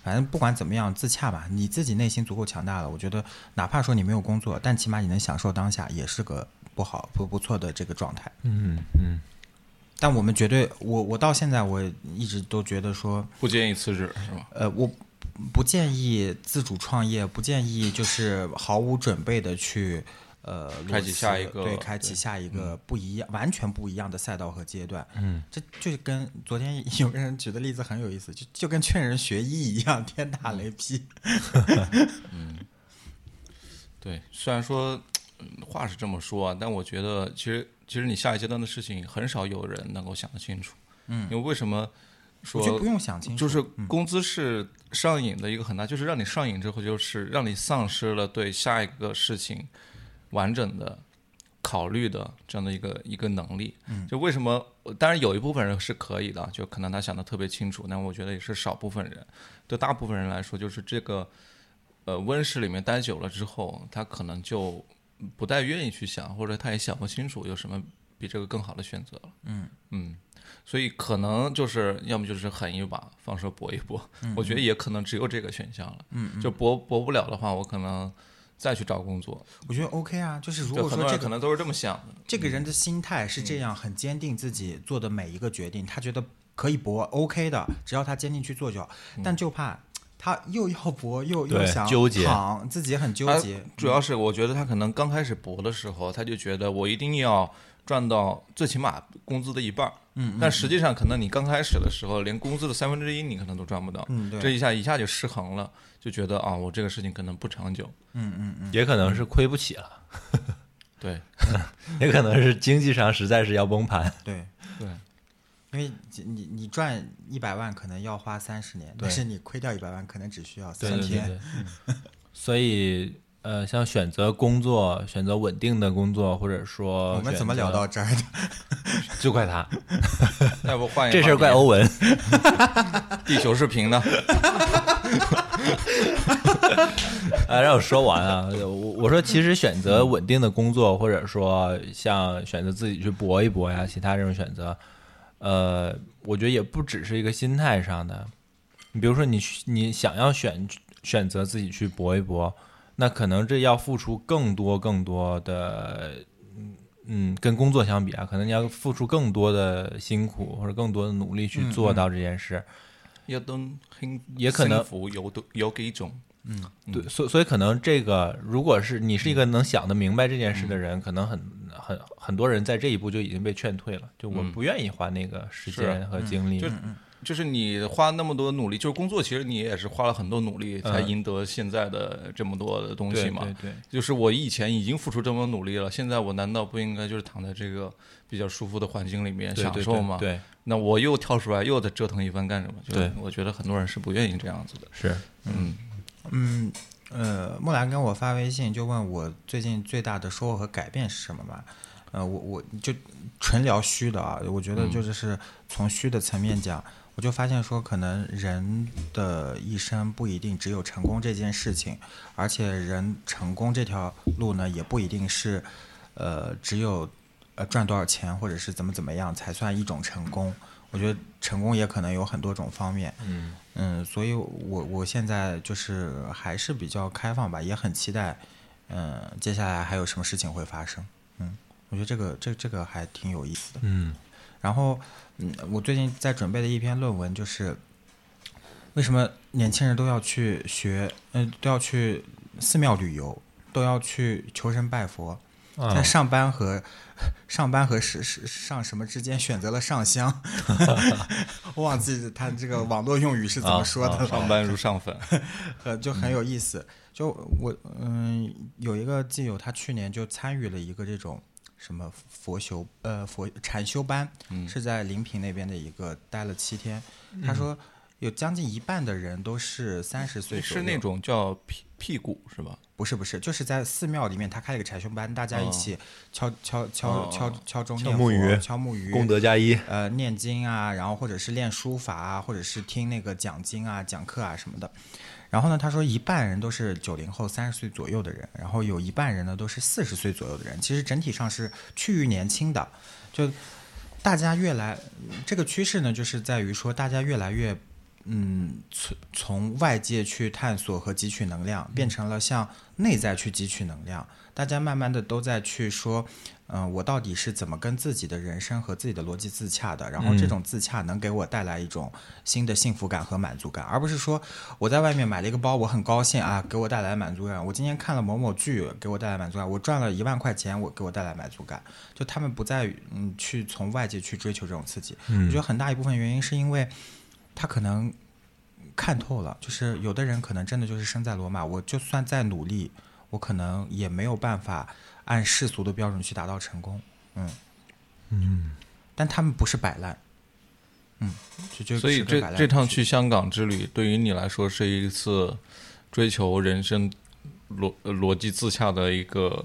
[SPEAKER 2] 反正不管怎么样，自洽吧。你自己内心足够强大了，我觉得，哪怕说你没有工作，但起码你能享受当下，也是个不好不不错的这个状态。
[SPEAKER 4] 嗯嗯，
[SPEAKER 2] 但我们绝对，我我到现在我一直都觉得说，
[SPEAKER 3] 不建议辞职是吧？
[SPEAKER 2] 呃，我不建议自主创业，不建议就是毫无准备的去呃
[SPEAKER 3] 开
[SPEAKER 2] 裸
[SPEAKER 3] 启
[SPEAKER 2] 辞
[SPEAKER 3] 下一个
[SPEAKER 2] 对，开启
[SPEAKER 3] 对嗯
[SPEAKER 2] 下一个不一样、完全不一样的赛道和阶段。嗯，这就跟昨天有个人举的例子很有意思，就就跟劝人学医一样，天打雷
[SPEAKER 3] 嗯
[SPEAKER 2] 劈。
[SPEAKER 3] 对，虽然说嗯话是这么说啊，但我觉得其实其实你下一阶段的事情很少有人能够想得清楚。嗯，因为为什么
[SPEAKER 2] 我
[SPEAKER 3] 说
[SPEAKER 2] 觉得不用想清楚，嗯
[SPEAKER 3] 就是工资是上瘾的一个很大，就是让你上瘾之后，就是让你丧失了对下一个事情完整的考虑的这样的一个一个能力。
[SPEAKER 2] 嗯
[SPEAKER 3] 就为什么？呃当然有一部分人是可以的，就可能他想的特别清楚，但我觉得也是少部分人。对大部分人来说，就是这个呃温室里面待久了之后，他可能就不太愿意去想，或者他也想不清楚有什么比这个更好的选择了。嗯嗯。所以可能就是要么就是狠一把，放手搏一搏。我觉得也可能只有这个选项了。嗯，就搏搏不了的话，我可能再去找工作。
[SPEAKER 2] 我觉得 OK 啊，就是如
[SPEAKER 3] 就
[SPEAKER 2] 果
[SPEAKER 3] 很
[SPEAKER 2] 说
[SPEAKER 3] 多
[SPEAKER 2] 这
[SPEAKER 3] 人可
[SPEAKER 2] 个
[SPEAKER 3] 能都是这么想的，
[SPEAKER 2] 这个人的
[SPEAKER 4] 嗯
[SPEAKER 2] 心态是这样，很坚定自己做的每一个决定，他觉得可以搏 OK 的，只要他坚定去做就好，但就怕。他又要搏，又又
[SPEAKER 4] 嗯对
[SPEAKER 2] 想
[SPEAKER 4] 纠结
[SPEAKER 2] 躺，自己很纠
[SPEAKER 3] 他
[SPEAKER 2] 结。
[SPEAKER 3] 主要是我觉得他可能刚开始搏的时候，他就觉得我一定要赚到最起码工资的一半。嗯，但实际上可能你刚开始的时候，连工资的三分之一你可能都赚不到。
[SPEAKER 2] 嗯对
[SPEAKER 3] 这一下一下就失衡了，就觉得啊，我这个事情可能不长久。
[SPEAKER 4] 嗯也可能是亏不起了，
[SPEAKER 3] 对，
[SPEAKER 4] 也可能是经济上实在是要
[SPEAKER 2] *laughs*
[SPEAKER 4] 崩盘。
[SPEAKER 2] 对，
[SPEAKER 3] 对，
[SPEAKER 2] 因为你你你赚一百万可能要花三十年，但是你亏掉一百万可能只需要三天。，
[SPEAKER 4] *laughs* 所以呃，像选择工作、选择稳定的工作，或者说
[SPEAKER 2] 我们怎么聊到
[SPEAKER 4] 选
[SPEAKER 2] 这儿的？
[SPEAKER 4] 择就怪他，
[SPEAKER 3] 要不换一个
[SPEAKER 4] 这事儿
[SPEAKER 3] 话题
[SPEAKER 4] 怪欧文。
[SPEAKER 3] 地球是平的。
[SPEAKER 4] 啊，让我说完啊！我我说，其实选择稳定的工作，或者说像选择自己去搏一搏呀，其他这种选择，呃，我觉得也不只是一个心态上的。你比如说你去，你想要选选择自己去搏一搏，那可能这要付出更多更多的，嗯嗯，跟工作相比啊，可能你要付出更多的辛苦或者更多的努力去做到这件事。
[SPEAKER 3] 一吨幸
[SPEAKER 4] 也可能
[SPEAKER 3] 幸福有多有几种？嗯
[SPEAKER 4] 对，所所以可能这个，如果是你是一个能想得明白这件事
[SPEAKER 3] 嗯
[SPEAKER 4] 的人，可能很很很多人在这一步就已经被劝退了，就我
[SPEAKER 3] 嗯
[SPEAKER 4] 不愿意花那个时间和精力。
[SPEAKER 3] 就就是你花那么多努力，就是工作，其实你也是花了很多努力才赢得现在的这么多的东西
[SPEAKER 4] 对
[SPEAKER 3] 嘛。
[SPEAKER 4] 嗯对对，
[SPEAKER 3] 就是我以前已经付出这么努力了，现在我难道不应该就是躺在这个比较舒服的环境里面
[SPEAKER 4] 对
[SPEAKER 3] 享受吗？
[SPEAKER 4] 对对对
[SPEAKER 3] 那我又跳出来，又得折腾一番干什么？就是
[SPEAKER 4] 对
[SPEAKER 3] 我觉得很多人是不愿意这样子的。
[SPEAKER 4] 是
[SPEAKER 3] 嗯，
[SPEAKER 2] 嗯，呃，木兰跟我发微信就问我最近最大的收获和改变是什么嘛？呃，我我就纯聊虚的啊，我觉得就就是从虚的层面讲，我就发现说，可能人的一生不一定只有成功这件事情，而且人成功这条路呢，也不一定是，呃，只有呃赚多少钱或者是怎么怎么样才算一种成功。我觉得成功也可能有很多种方面，
[SPEAKER 4] 嗯
[SPEAKER 2] 嗯，所以我我现在就是还是比较开放吧，也很期待，嗯、接下来还有什么事情会发生。嗯，我觉得这个这这个还挺有意思的。
[SPEAKER 4] 嗯
[SPEAKER 2] 然后，嗯，我最近在准备的一篇论文就是，为什么年轻人都要去学，嗯、都要去寺庙旅游，都要去求神拜佛，在
[SPEAKER 4] 啊，
[SPEAKER 2] 上班和上班和是是上什么之间选择了上香， *laughs* 我忘记他这个网络用语是怎么说
[SPEAKER 4] 啊
[SPEAKER 3] *laughs*
[SPEAKER 2] 的了。
[SPEAKER 3] 上班如上坟，
[SPEAKER 2] 呃，就
[SPEAKER 3] 嗯
[SPEAKER 2] 很有意思。就我嗯，有一个基友，他去年就参与了一个这种什么佛修呃佛禅修班，
[SPEAKER 3] 嗯
[SPEAKER 2] 是在临平那边的一个待了七天。他说有将近一半的人都是三十岁左
[SPEAKER 3] 是
[SPEAKER 2] 右，
[SPEAKER 3] 那种叫屁屁股是吧？
[SPEAKER 2] 不是不是，就是在寺庙里面，他开了个禅修班，大家一起敲、敲敲、
[SPEAKER 3] 哦
[SPEAKER 2] 敲敲钟
[SPEAKER 4] 敲
[SPEAKER 2] 念
[SPEAKER 4] 木
[SPEAKER 2] 佛
[SPEAKER 4] 鱼
[SPEAKER 2] 敲木鱼，
[SPEAKER 4] 功德加一，
[SPEAKER 2] 呃念经啊，然后或者是练书法啊，或者是听那个讲经啊、讲课啊什么的。然后呢，他说一半人都是九零后、三十岁左右的人，然后有一半人呢都是四十岁左右的人，其实整体上是趋于年轻的，就大家越来这个趋势呢，就是在于说大家越来越。嗯，从从外界去探索和汲取能量，变成了向内在去汲取能量。大家慢慢的都在去说，嗯、我到底是怎么跟自己的人生和自己的逻辑自洽的？然后这种自洽能给我带来一种新的幸福感和满足感，而不是说我在外面买了一个包，我很高兴啊，给我带来满足感。我今天看了某某剧，给我带来满足感。我赚了一万块钱，我给我带来满足感。就他们不再嗯去从外界去追求这种刺激。我觉得很大一部分原因是因为他可能看透了，就是有的人可能真的就是生在罗马，我就算再努力，我可能也没有办法按世俗的标准去达到成功。嗯嗯，但他们不是摆烂。嗯，就就
[SPEAKER 3] 所以
[SPEAKER 2] 是
[SPEAKER 3] 这
[SPEAKER 2] 跟摆烂
[SPEAKER 3] 这趟
[SPEAKER 2] 不是
[SPEAKER 3] 去香港之旅，对于你来说是一次追求人生逻呃逻辑自洽的一个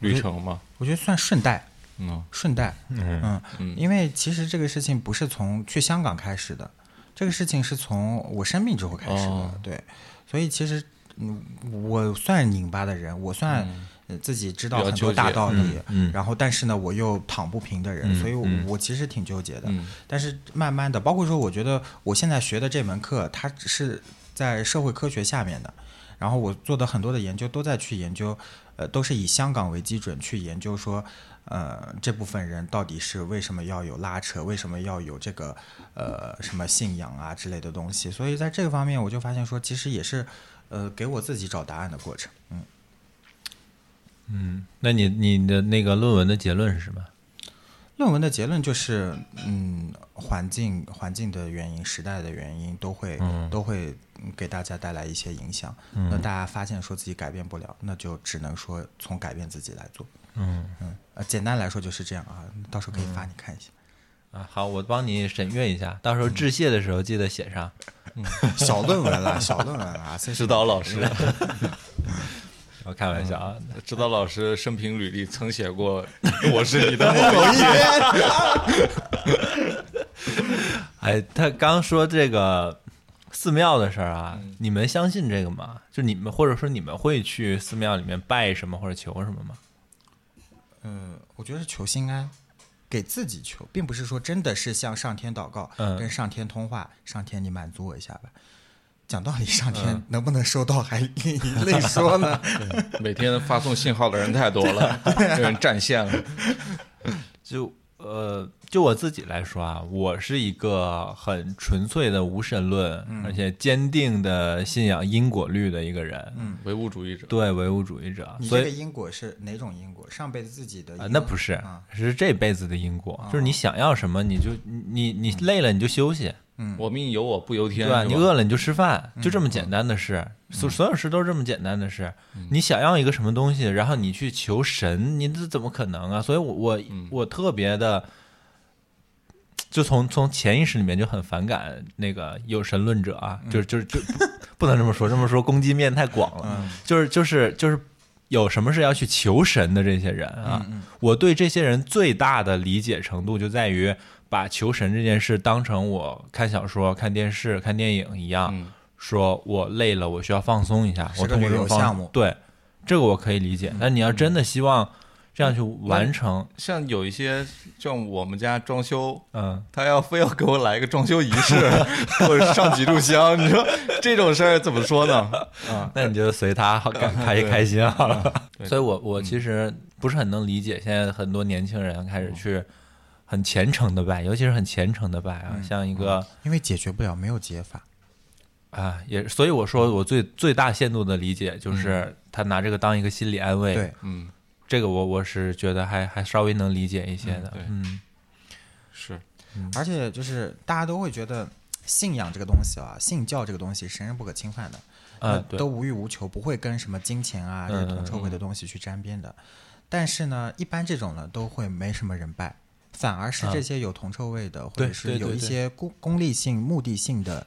[SPEAKER 3] 旅程吗？
[SPEAKER 2] 我觉得算顺带，
[SPEAKER 3] 嗯，
[SPEAKER 2] 顺带，嗯
[SPEAKER 3] 嗯
[SPEAKER 2] 因为其实这个事情不是从去香港开始的，这个事情是从我生病之后开始的，
[SPEAKER 3] 哦
[SPEAKER 2] 对，所以其实嗯，我算拧巴的人，我算呃自己知道
[SPEAKER 3] 嗯比较
[SPEAKER 2] 很多
[SPEAKER 3] 纠结
[SPEAKER 2] 大道理，
[SPEAKER 4] 嗯嗯
[SPEAKER 2] 然后但是呢，我又躺不平的人，
[SPEAKER 4] 嗯
[SPEAKER 2] 所以我,、
[SPEAKER 4] 嗯
[SPEAKER 2] 我其实挺纠结的，
[SPEAKER 3] 嗯
[SPEAKER 2] 但是慢慢的，包括说，我觉得我现在学的这门课，它只是在社会科学下面的。然后我做的很多的研究都在去研究，呃，都是以香港为基准去研究说，呃，这部分人到底是为什么要有拉扯，为什么要有这个呃什么信仰啊之类的东西。所以在这个方面，我就发现说，其实也是呃给我自己找答案的过程。嗯
[SPEAKER 4] 嗯，那你你的那个论文的结论是什么？
[SPEAKER 2] 论文的结论就是，嗯，环境环境的原因、时代的原因都会、都会嗯给大家带来一些影响。那大家发现说自己改变不了，那就只能说从改变自己来做。
[SPEAKER 4] 嗯
[SPEAKER 2] 嗯，呃，简单来说就是这样啊，到时候可以发你看一下。
[SPEAKER 4] 啊，好，我帮你审阅一下，到时
[SPEAKER 3] 嗯
[SPEAKER 4] 候致谢的时候记得写上。
[SPEAKER 2] 嗯 *laughs* 小论文啦，小论文啦， *laughs* 真是
[SPEAKER 3] 指导老师，
[SPEAKER 4] 我开玩笑啊，
[SPEAKER 3] *laughs* 指导老师生平履历曾写过“我是你的某一
[SPEAKER 4] 哎，他刚说这个寺庙的事儿啊，
[SPEAKER 3] 嗯
[SPEAKER 4] 你们相信这个吗？就你们或者说你们会去寺庙里面拜什么或者求什么吗？
[SPEAKER 2] 嗯，我觉得是求心安，给自己求，并不是说真的是向上天祷告，
[SPEAKER 4] 嗯
[SPEAKER 2] 跟上天通话，上天你满足我一下吧。讲道理，上天能不能收到还 *laughs* 另说呢？
[SPEAKER 3] 每天发送信号的人太多了，有人占线了。
[SPEAKER 4] 就呃，就我自己来说啊，我是一个很纯粹的无神论，
[SPEAKER 2] 嗯
[SPEAKER 4] 而且坚定的信仰因果律的一个人，嗯，
[SPEAKER 3] 唯物主义者，
[SPEAKER 4] 对唯物主义者，
[SPEAKER 2] 你
[SPEAKER 4] 啊所
[SPEAKER 2] 这个
[SPEAKER 4] 以。
[SPEAKER 2] 因果是哪种因果？上辈子自己的因
[SPEAKER 4] 啊、
[SPEAKER 2] 果、
[SPEAKER 4] 那不是
[SPEAKER 2] 啊，
[SPEAKER 4] 是这辈子的因果，就是你想要什么，你就你你累了你就休
[SPEAKER 2] 啊
[SPEAKER 4] 息，
[SPEAKER 3] 我命由我不由天，
[SPEAKER 4] 对吧？
[SPEAKER 3] 是嗯
[SPEAKER 4] 你饿了你就吃饭，就这么简单的事，所、所有事都是这么简单的事。
[SPEAKER 3] 嗯
[SPEAKER 4] 你想要一个什么东西，然后你去求神，你这怎么可能啊？所以我，我我
[SPEAKER 3] 嗯
[SPEAKER 4] 特别的，就从从潜意识里面就很反感那个有神论者啊，
[SPEAKER 3] 嗯
[SPEAKER 4] 就是就是就不不能这么说，这么说攻击面太广
[SPEAKER 2] 嗯
[SPEAKER 4] 了，
[SPEAKER 3] 嗯
[SPEAKER 4] 就是就是就是。有什么是要去求神的这些人
[SPEAKER 3] 嗯
[SPEAKER 4] 啊？
[SPEAKER 2] 嗯
[SPEAKER 4] 我对这些人最大的理解程度就在于把求神这件事当成我看小说、看电视、看电影一样，
[SPEAKER 3] 嗯
[SPEAKER 4] 说我累了，我需要放松一下，
[SPEAKER 2] 是
[SPEAKER 4] 我
[SPEAKER 2] 个
[SPEAKER 4] 通过这
[SPEAKER 2] 旅
[SPEAKER 4] 种
[SPEAKER 2] 游
[SPEAKER 4] 方
[SPEAKER 2] 项目
[SPEAKER 4] 对这个我可以理解。但你要真的希望这样去完成，
[SPEAKER 3] 像有一些像我们家装修，
[SPEAKER 4] 嗯，
[SPEAKER 3] 他要非要给我来一个装修仪式或者上几炷香，你说这种事儿怎么说呢？
[SPEAKER 4] 那你就随他好开开开心好 *laughs* 了。嗯所以我我其实不是很能理解，现在很多年轻人开始去很虔诚的拜，尤其是很虔诚的拜啊，像一个。
[SPEAKER 2] 因为解决不了，没有解法。
[SPEAKER 4] 啊，也所以我说我最最大限度的理解就是他拿这个当一个心理安
[SPEAKER 2] 嗯
[SPEAKER 4] 慰，
[SPEAKER 2] 对，
[SPEAKER 3] 嗯，
[SPEAKER 4] 这个我我是觉得还还稍微能理解一些的，
[SPEAKER 3] 对
[SPEAKER 4] 嗯
[SPEAKER 3] 是
[SPEAKER 2] 而且就是大家都会觉得信仰这个东西啊，信教这个东西神人不可侵犯的，
[SPEAKER 4] 啊
[SPEAKER 2] 那
[SPEAKER 4] 对
[SPEAKER 2] 都无欲无求，不会跟什么金钱啊、
[SPEAKER 4] 嗯
[SPEAKER 2] 这种臭味的东西去沾边的。但是呢，一般这种呢都会没什么人拜，反而是这些有铜臭味的，或
[SPEAKER 4] 对
[SPEAKER 2] 者是
[SPEAKER 4] 对
[SPEAKER 2] 有
[SPEAKER 4] 对
[SPEAKER 2] 一
[SPEAKER 4] 对
[SPEAKER 2] 些功功利性、目的性的。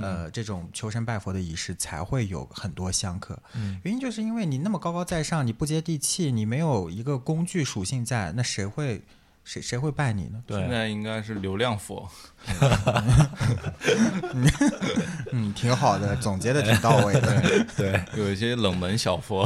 [SPEAKER 2] 呃，这种求神拜佛的仪式才会有很多香客，原因就是因为你那么高高在上，你不接地气，你没有一个工具属性在，那谁会谁谁会拜你呢？
[SPEAKER 3] 现
[SPEAKER 4] 对，
[SPEAKER 3] 在应该是流量佛，
[SPEAKER 2] 嗯，挺好的，总结的挺到位 *laughs* 的。
[SPEAKER 3] 有一些冷门小佛，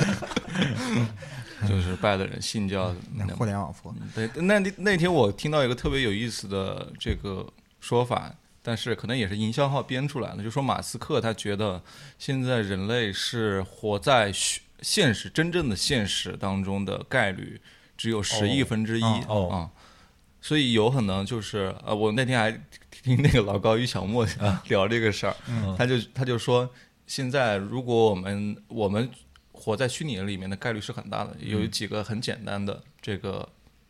[SPEAKER 3] *laughs* 就是拜的人信教
[SPEAKER 2] 那互联网服，
[SPEAKER 3] 嗯对，那那那天我听到一个特别有意思的这个说法，但是可能也是营销号编出来的，就说马斯克他觉得现在人类是活在虚现实真正的现实当中的概率只有十亿分之一啊。
[SPEAKER 4] 哦
[SPEAKER 3] 所以有可能就是呃，我那天还听听那个老高与小莫 *laughs* 聊这个事儿，他就他就说，现在如果我们我们活在虚拟里面的概率是很大的，有几个很简单的这个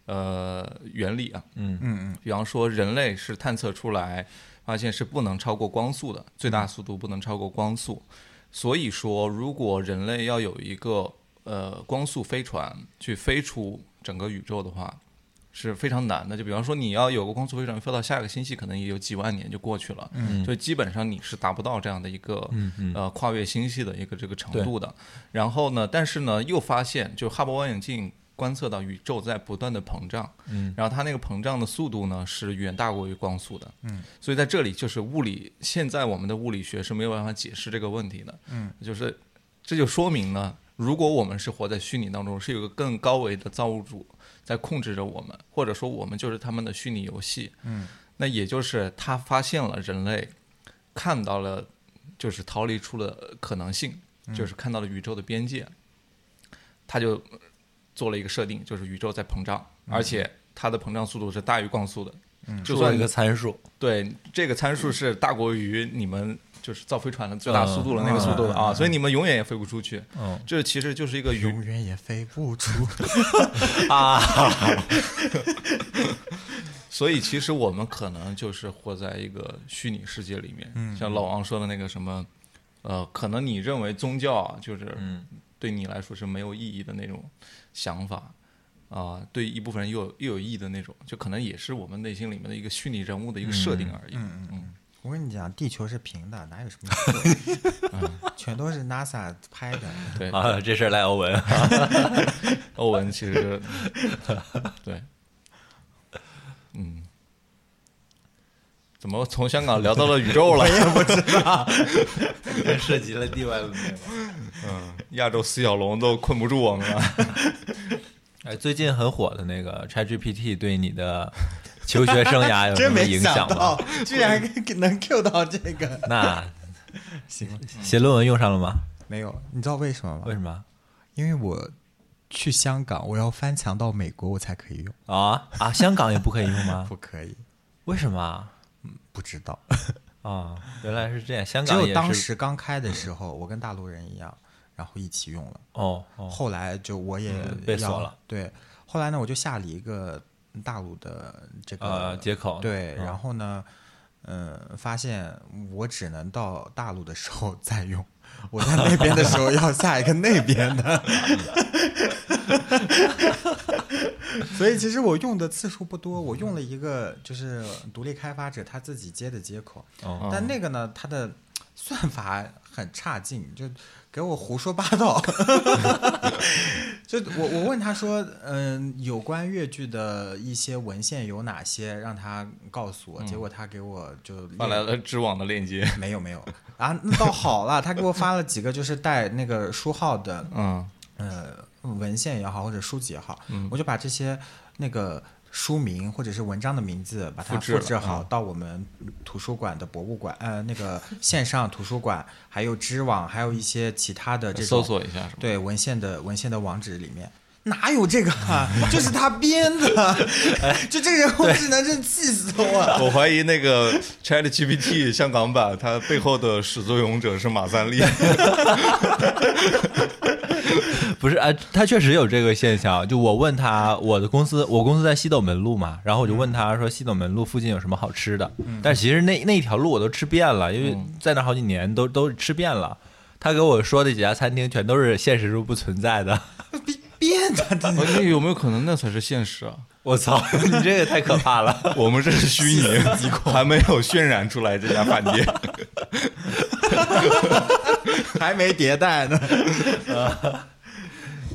[SPEAKER 3] 呃原理啊，
[SPEAKER 2] 嗯
[SPEAKER 3] 比方说人类是探测出来发现是不能超过光速的，最大速度不能超过光速，所以说如果人类要有一个呃光速飞船去飞出整个宇宙的话，是非常难的。就比方说，你要有个光速飞船飞到下个星系，可能也有几万年就过去了。嗯，所以基本上你是达不到这样的一个、呃跨越星系的一个这个程度的。然后呢，但是呢，又发现就哈勃望远镜观测到宇宙在不断的膨胀，嗯，然后它那个膨胀的速度呢是远大过于光速的，嗯，所以在这里就是物理，现在我们的物理学是没有办法解释这个问题的，嗯，就是这就说明呢，如果我们是活在虚拟当中，是有一个更高维的造物主在控制着我们，或者说我们就是他们的虚拟游戏。嗯，那也就是他发现了人类看到了就是逃离出了可能性，
[SPEAKER 4] 嗯
[SPEAKER 3] 就是看到了宇宙的边界。他就做了一个设定，就是宇宙在膨胀，
[SPEAKER 4] 嗯
[SPEAKER 3] 而且它的膨胀速度是大于光速的。就
[SPEAKER 4] 做
[SPEAKER 3] 算
[SPEAKER 4] 嗯一
[SPEAKER 3] 你
[SPEAKER 4] 个
[SPEAKER 2] *laughs*
[SPEAKER 4] 参数，
[SPEAKER 3] 对，这个参数是大过于你们就是造飞船的最大速度了，
[SPEAKER 2] 嗯
[SPEAKER 3] 那个速度
[SPEAKER 2] 嗯
[SPEAKER 3] 啊，所以你们永远也飞不出去。
[SPEAKER 4] 嗯，
[SPEAKER 3] 这其实就是一个宇，
[SPEAKER 2] 永远也飞不出。
[SPEAKER 3] 所以其实我们可能就是活在一个虚拟世界里面。
[SPEAKER 2] 嗯
[SPEAKER 3] 像老王说的那个什么，呃，可能你认为宗教啊，就是
[SPEAKER 2] 嗯
[SPEAKER 3] 对你来说是没有意义的那种想法。啊，对一部分人又有又有意义的那种，就可能也是我们内心里面的一个虚拟人物的一个设定而已。嗯嗯，
[SPEAKER 2] 我跟你讲，地球是平的，哪有什么宇宙？全都是 NASA 拍的。
[SPEAKER 3] 对，
[SPEAKER 4] 啊，这事儿赖
[SPEAKER 2] *laughs*
[SPEAKER 4] 欧文，
[SPEAKER 3] 欧文其实 *laughs* 对，嗯，怎么从香港聊到了宇宙了？
[SPEAKER 4] 涉及了地外文明。
[SPEAKER 3] 嗯，亚洲四小龙都困不住我们了。
[SPEAKER 4] 哎，最近很火的那个 ChatGPT 对你的求学生涯有什
[SPEAKER 2] 真
[SPEAKER 4] 么
[SPEAKER 2] 没
[SPEAKER 4] 影
[SPEAKER 2] 想
[SPEAKER 4] 响吗
[SPEAKER 2] 到？，嗯居然能 Q 到这个。
[SPEAKER 4] 那
[SPEAKER 2] *laughs* 行，
[SPEAKER 4] 写论文用上了吗？
[SPEAKER 2] 没有，你知道为什么吗？
[SPEAKER 4] 为什么？
[SPEAKER 2] 因为我去香港，我要翻墙到美国，我才可以用。
[SPEAKER 4] 啊啊，香港也不可以用吗
[SPEAKER 2] *laughs* 不？可以，
[SPEAKER 4] 为什么啊？
[SPEAKER 2] 不知道。
[SPEAKER 4] 啊，原来是这样，香
[SPEAKER 2] 只
[SPEAKER 4] 港
[SPEAKER 2] 有
[SPEAKER 4] 也是
[SPEAKER 2] 当时刚开的时候，我跟大陆人一样，然后一起用了。
[SPEAKER 4] 哦哦，
[SPEAKER 2] 后来就我也
[SPEAKER 4] 嗯被
[SPEAKER 2] 要
[SPEAKER 4] 锁了。
[SPEAKER 2] 对，后来呢，我就下了一个大陆的这
[SPEAKER 4] 呃，
[SPEAKER 2] 个
[SPEAKER 4] 接口
[SPEAKER 2] 对，
[SPEAKER 4] 嗯
[SPEAKER 2] 然后呢，嗯，发现我只能到大陆的时候再用，我在那边的时候要下一个那边的，所以其实我用的次数不多，我用了一个就是独立开发者他自己接的接口，
[SPEAKER 4] 哦
[SPEAKER 2] 但那个呢，它的算法很差劲，就给我胡说八道。 *laughs* 就我我问他说，嗯，有关越剧的一些文献有哪些，让他告诉我。结果他给我就
[SPEAKER 3] 发嗯来了知网的链接。
[SPEAKER 2] 没有没有啊，那倒好了，他给我发了几个就是带那个书号的
[SPEAKER 3] 嗯，
[SPEAKER 2] 呃文献也好，或者书籍也好，我就把这些那个书名或者是文章的名字把它
[SPEAKER 3] 复制
[SPEAKER 2] 复
[SPEAKER 3] 了嗯
[SPEAKER 2] 制好，到我们图书馆的博物馆，呃，那个线上图书馆，还有知网，还有一些其他的这
[SPEAKER 3] 搜
[SPEAKER 2] 种
[SPEAKER 3] 索一下是吧？
[SPEAKER 2] 对文献的文献的网址里面。哪有这个啊？ *laughs* 就是他编的， *laughs* 就这个人工智能真气死我了。
[SPEAKER 3] 我怀疑那个 Chat GPT 香港版，它背后的始作俑者是马三立。 *laughs*
[SPEAKER 4] 不是啊，他确实有这个现象。就我问他，我的公司，我公司在西斗门路嘛，然后我就问他说，西斗门路附近有什么好吃的？但其实那那一条路我都吃遍了，因为在那好几年都都吃遍了。他给我说的几家餐厅全都是现实中不存在的。 *laughs*
[SPEAKER 2] 编编的， *laughs* 真的
[SPEAKER 3] 那有没有可能那才是现实啊？
[SPEAKER 4] 我操，你这个太可怕了！ *laughs*
[SPEAKER 3] 我们这是虚 *laughs* 拟，还没有渲染出来这家饭店。
[SPEAKER 2] 还没迭代呢。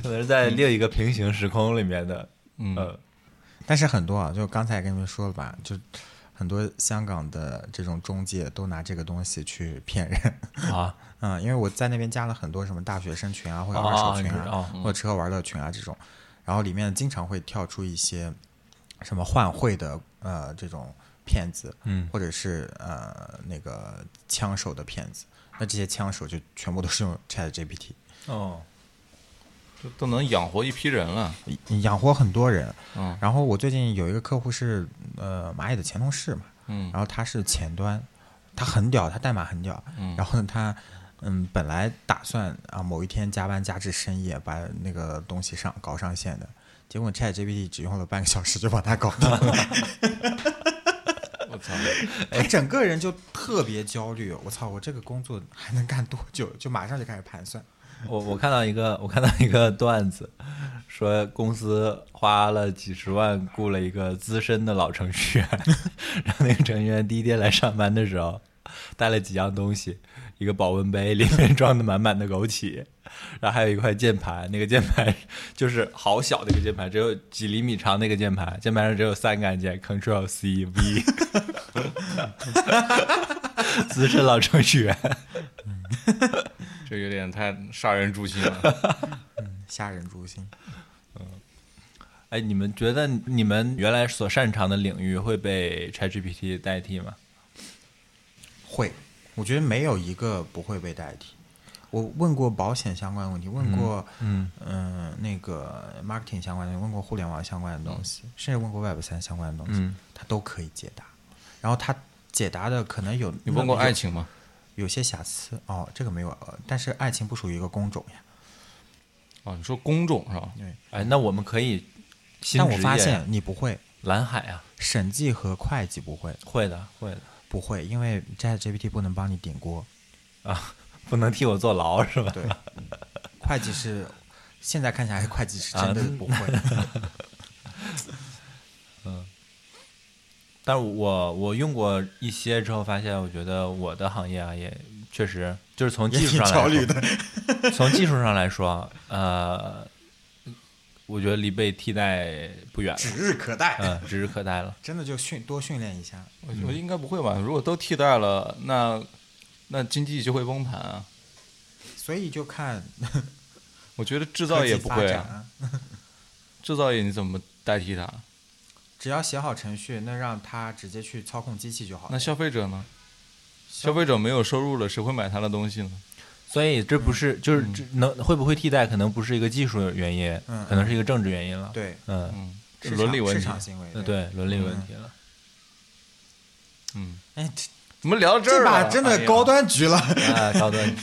[SPEAKER 4] 可能是在另一个平行时空里面的，
[SPEAKER 3] 嗯
[SPEAKER 4] 呃，
[SPEAKER 2] 但是很多啊，就刚才跟你们说了吧，就很多香港的这种中介都拿这个东西去骗人。 *laughs*
[SPEAKER 4] 啊，
[SPEAKER 2] 嗯，因为我在那边加了很多什么大学生群啊，或者二手群
[SPEAKER 4] 哦你知道
[SPEAKER 2] 啊，或者吃喝玩乐群啊这种，然后里面经常会跳出一些什么换汇的呃这种骗子，
[SPEAKER 4] 嗯
[SPEAKER 2] 或者是呃那个枪手的骗子。那这些枪手就全部都是用 Chat GPT
[SPEAKER 4] 哦，
[SPEAKER 3] 这 *laughs* 都能养活一批人了。
[SPEAKER 2] 养活很多人。
[SPEAKER 3] 嗯
[SPEAKER 2] 然后我最近有一个客户是呃蚂蚁的前同事嘛，
[SPEAKER 3] 嗯
[SPEAKER 2] 然后他是前端，他很屌，他代码很屌。
[SPEAKER 3] 嗯
[SPEAKER 2] 然后呢，他嗯本来打算啊某一天加班加至深夜把那个东西上搞上线的，结果 ChatGPT 只用了半个小时就把它搞定
[SPEAKER 3] *laughs*
[SPEAKER 2] 了，
[SPEAKER 3] 我操！
[SPEAKER 2] 他整个人就特别焦虑。我操，我这个工作还能干多久？就马上就开始盘算。
[SPEAKER 4] *laughs* 我我看到一个，我看到一个段子，说公司花了几十万雇了一个资深的老程序员， *laughs* 让那个程序员第一天来上班的时候，带了几样东西，一个保温杯里面装的满满的枸杞，然后还有一块键盘，那个键盘 *laughs* 就是好小的一个键盘，只有几厘米长的一个键盘，键盘上只有三个按键，Ctrl C V。资深老程序员，
[SPEAKER 3] 这有点太杀人诛心了。
[SPEAKER 2] 嗯吓人诛心，
[SPEAKER 4] 哎，你们觉得你们原来所擅长的领域会被 ChatGPT 代替吗？
[SPEAKER 2] 会我觉得没有一个不会被代替。我问过保险相关的问题，问过
[SPEAKER 4] 嗯
[SPEAKER 2] 嗯、那个 marketing 相关的，问过互联网相关的东西，甚至问过 Web 三相关的东西，
[SPEAKER 4] 嗯
[SPEAKER 2] 他都可以解答。然后他解答的可能有
[SPEAKER 3] 你问过爱
[SPEAKER 2] 情。
[SPEAKER 3] 情吗？
[SPEAKER 2] 有些瑕疵哦，这个没有，呃但是爱情不属于一个工种呀。
[SPEAKER 3] 啊，你说公众是吧？
[SPEAKER 4] 哎，那我们可以新
[SPEAKER 2] 但
[SPEAKER 4] 职
[SPEAKER 2] 我
[SPEAKER 4] 业
[SPEAKER 2] 发现你不会，
[SPEAKER 4] 蓝海啊，
[SPEAKER 2] 审计和会计不会，
[SPEAKER 4] 会的会的
[SPEAKER 2] 不会，因为 ChatGPT 不能帮你顶锅。
[SPEAKER 4] 啊， *laughs* 不能替我坐牢是吧？
[SPEAKER 2] 对，嗯 *laughs* 会计是现在看起来，会计是真的
[SPEAKER 4] 啊
[SPEAKER 2] 不会。 *laughs*
[SPEAKER 4] 但我我用过一些之后，发现我觉得我的行业啊，也确实就是从技术上来说， *laughs* 从技术上来说，呃，我觉得离被替代不远
[SPEAKER 2] 指
[SPEAKER 4] 了，
[SPEAKER 2] 日可待。
[SPEAKER 4] 嗯，指日可待了。
[SPEAKER 2] *laughs* 真的就训多训练一下，
[SPEAKER 3] 我觉得应该不会吧？如果都替代了，那那经济就会崩盘啊！
[SPEAKER 2] 所以就看
[SPEAKER 3] 我觉得制
[SPEAKER 2] 制
[SPEAKER 3] 造业不会、
[SPEAKER 2] 展
[SPEAKER 3] 啊，
[SPEAKER 2] 啊。
[SPEAKER 3] 制造业你怎么代替它？
[SPEAKER 2] 只要写好程序，那让它直接去操控机器就好了。
[SPEAKER 3] 那消费者呢？消费者没有收入了，谁会买他的东西呢？
[SPEAKER 4] 所以这不是就是这能会不会替代，可能不是一个技术原因，
[SPEAKER 2] 嗯
[SPEAKER 4] 可能是一个政治原因了。，
[SPEAKER 2] 对
[SPEAKER 4] 嗯，
[SPEAKER 3] 嗯，
[SPEAKER 2] 市场
[SPEAKER 3] 这伦理问
[SPEAKER 2] 市
[SPEAKER 3] 题。
[SPEAKER 2] 场行为
[SPEAKER 4] 呃，对伦理问题了。
[SPEAKER 3] 嗯，
[SPEAKER 2] 哎，这
[SPEAKER 3] 怎么聊到儿
[SPEAKER 2] 这把
[SPEAKER 3] 了？
[SPEAKER 2] 真
[SPEAKER 3] 哎
[SPEAKER 2] 的
[SPEAKER 3] 呀
[SPEAKER 2] 高。端局了。 *laughs*
[SPEAKER 4] 啊，高端局，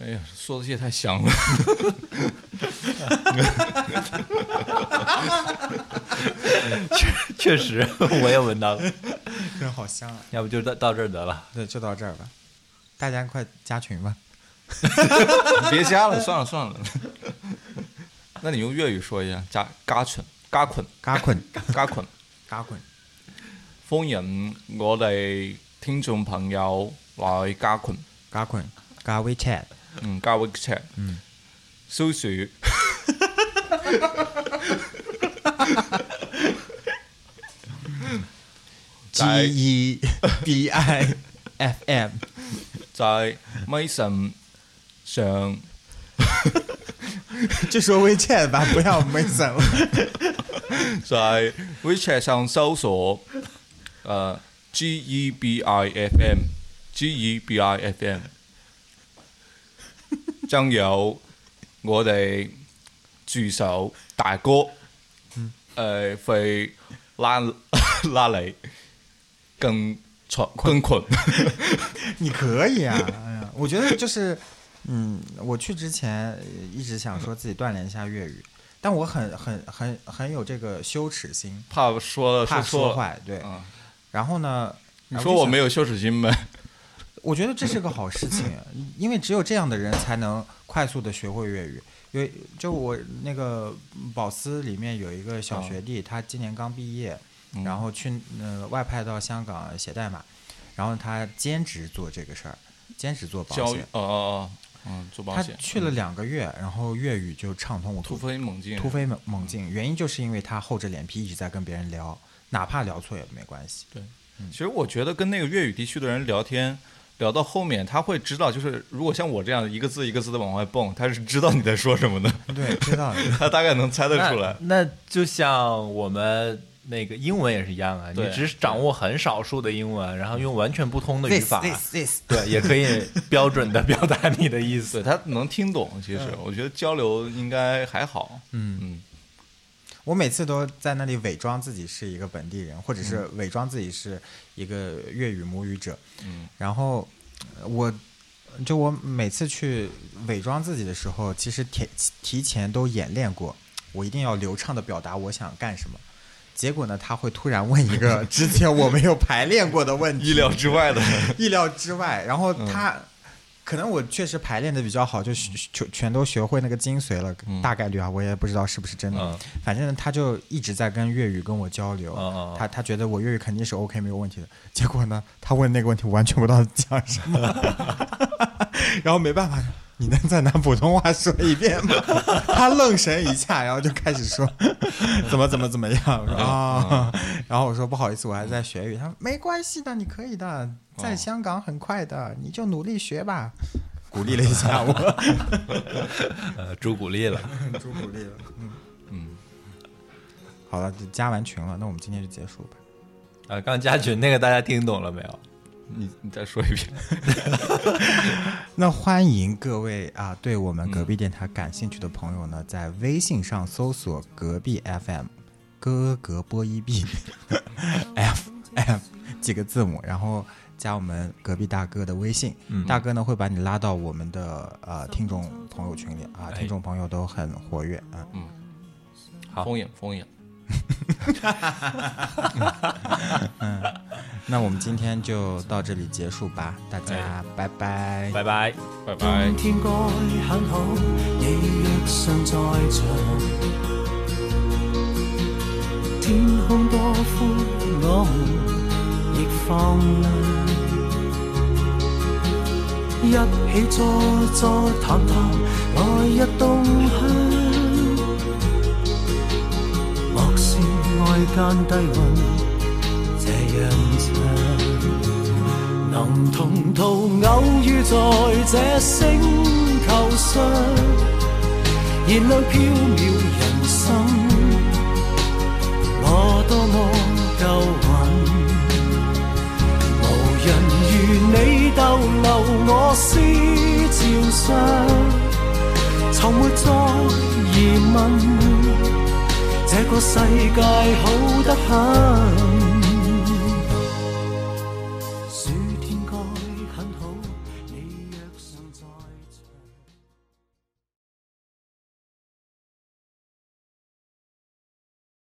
[SPEAKER 3] 哎呀，说的也太香
[SPEAKER 2] *laughs*
[SPEAKER 3] 了。
[SPEAKER 4] 确实 *laughs* 我也闻到了， *laughs*
[SPEAKER 2] 真好香啊！
[SPEAKER 4] 要不就到到这儿
[SPEAKER 2] *laughs*
[SPEAKER 4] 得了。
[SPEAKER 2] 对，就到这儿吧，大家快加群吧。
[SPEAKER 3] 别加了，算了算了。 *laughs* 那你用粤语说一下，加加群、加群、
[SPEAKER 2] 嘎捆，
[SPEAKER 3] 加群。
[SPEAKER 2] 嘎捆，
[SPEAKER 3] 歡迎我哋聽眾朋友來加群，
[SPEAKER 2] 嘎捆，嘎 WeChat，
[SPEAKER 3] 嗯，加 WeChat，嗯，消暑，在
[SPEAKER 2] E B I F M，
[SPEAKER 3] 在 Mason 上 *laughs*
[SPEAKER 2] 就说 WeChat 吧，不要 Mason 了。
[SPEAKER 3] 在 WeChat 上搜索，呃，G E B I F M，G E B I F M，仲有我哋助手大哥，誒、呃，會拉拉你更群更群，
[SPEAKER 2] 你可以啊，哎呀，我觉得就是，嗯，我去之前呃一直想说自己锻炼一下粤语，但我很很很很有这个羞耻心，
[SPEAKER 3] 怕說了
[SPEAKER 2] 怕
[SPEAKER 3] 說
[SPEAKER 2] 说
[SPEAKER 3] 錯。
[SPEAKER 2] 坏。对，
[SPEAKER 3] 嗯，
[SPEAKER 2] 然后呢？
[SPEAKER 3] 你說我没
[SPEAKER 2] 有？
[SPEAKER 3] 有羞恥心呗？
[SPEAKER 2] 我觉得这是个好事情，因为只有这样的人才能快速的学会粤语。因为就我那个保司里面有一个小学弟，他今年刚毕业，
[SPEAKER 3] 嗯
[SPEAKER 2] 然后去呃外派到香港写代码，然后他兼职做这个事儿，兼职做保
[SPEAKER 3] 教育
[SPEAKER 2] 险。
[SPEAKER 3] 哦哦哦，嗯，做保
[SPEAKER 2] 他
[SPEAKER 3] 險，
[SPEAKER 2] 去了两个月，然后粤语就畅通无
[SPEAKER 3] 突
[SPEAKER 2] 阻，
[SPEAKER 3] 飛猛進，
[SPEAKER 2] 突飞猛猛进。原因就是因为他厚着脸皮一直在跟别人聊，哪怕聊错也没关系。
[SPEAKER 3] 对，其实我觉得跟那个粤语地区的人聊天，聊到后面他会知道，就是如果像我这样一个字一个字的往外蹦，他是知道你在说什么的， *laughs*
[SPEAKER 2] 对，知道了。
[SPEAKER 3] 他大概能猜得出来。
[SPEAKER 4] 那那就像我们那个英文也是一样啊，你
[SPEAKER 3] 对
[SPEAKER 4] 只掌握很少数的英文，然后用完全不通的语
[SPEAKER 2] This
[SPEAKER 4] 法，
[SPEAKER 2] this this，
[SPEAKER 4] 对，也可以标准的表达你的意
[SPEAKER 3] *laughs* 对
[SPEAKER 4] 思。
[SPEAKER 3] 他能听懂，其实我觉得交流应该还好。嗯嗯，
[SPEAKER 2] 我每次都在那里伪装自己是一个本地人，或者是伪装自己是一个粤语母语者。
[SPEAKER 3] 嗯，
[SPEAKER 2] 然后呃我就我每次去伪装自己的时候，其实提提前都演练过，我一定要流畅的表达我想干什么。结果呢，他会突然问一个 *laughs* 之前我没有排练过的问题，
[SPEAKER 3] 意料之外的。 *laughs*
[SPEAKER 2] *laughs* 意料之外。然后
[SPEAKER 4] 嗯
[SPEAKER 2] 他、可能我确实排练的比较好，就学全全都学会那个精髓了，
[SPEAKER 3] 嗯
[SPEAKER 2] 大概率啊，我也不知道是不是真的。
[SPEAKER 4] 嗯
[SPEAKER 2] 反正呢他就一直在跟粤语跟我交流，
[SPEAKER 4] 嗯嗯嗯
[SPEAKER 2] 他他觉得我粤语肯定是 OK 没有问题的。结果呢，他问那个问题，我完全不知道讲什么， *laughs* 然后没办法。你能再拿普通话说一遍吗？ *laughs* 他愣神一下，然后就开始说 *laughs* 怎么怎么怎么样。我
[SPEAKER 4] 嗯
[SPEAKER 2] 说啊，然后我说不好意思，我还在学语。他说没关系的，你可以的，在香港很快的，你就努力学吧。鼓励了一下我，
[SPEAKER 4] 呃，朱古力了，
[SPEAKER 2] *laughs* 主鼓励了。
[SPEAKER 3] 嗯，
[SPEAKER 2] 好了，就加完群了，那我们今天就结束吧。
[SPEAKER 4] 啊，刚加群那个大家听懂了没有？
[SPEAKER 3] 你你再说一遍。
[SPEAKER 2] 那欢迎各位啊，对我们隔壁电台感兴趣的朋友呢，在微信上搜索“隔壁 FM”，哥哥播一 B F M 几个字母，然后加我们隔壁大哥的微信，大哥呢会把你拉到我们的呃听众朋友群里啊，听众朋友都很活跃啊。
[SPEAKER 4] 好
[SPEAKER 3] 封印封印，
[SPEAKER 2] 那我们今天就到这里结束吧，大家拜嗯拜。
[SPEAKER 4] 拜拜。
[SPEAKER 1] 今
[SPEAKER 3] 拜拜。
[SPEAKER 1] 天該很好，你若尚在場，天空多寬，我們亦放亮。一起坐坐談談，來日動向。莫是外間低溫，這樣唱。能同途偶遇在這星球上，燃亮飄渺人生，我多麼夠運，無人如你逗留我思潮上，從沒再疑問，這個世界好得很。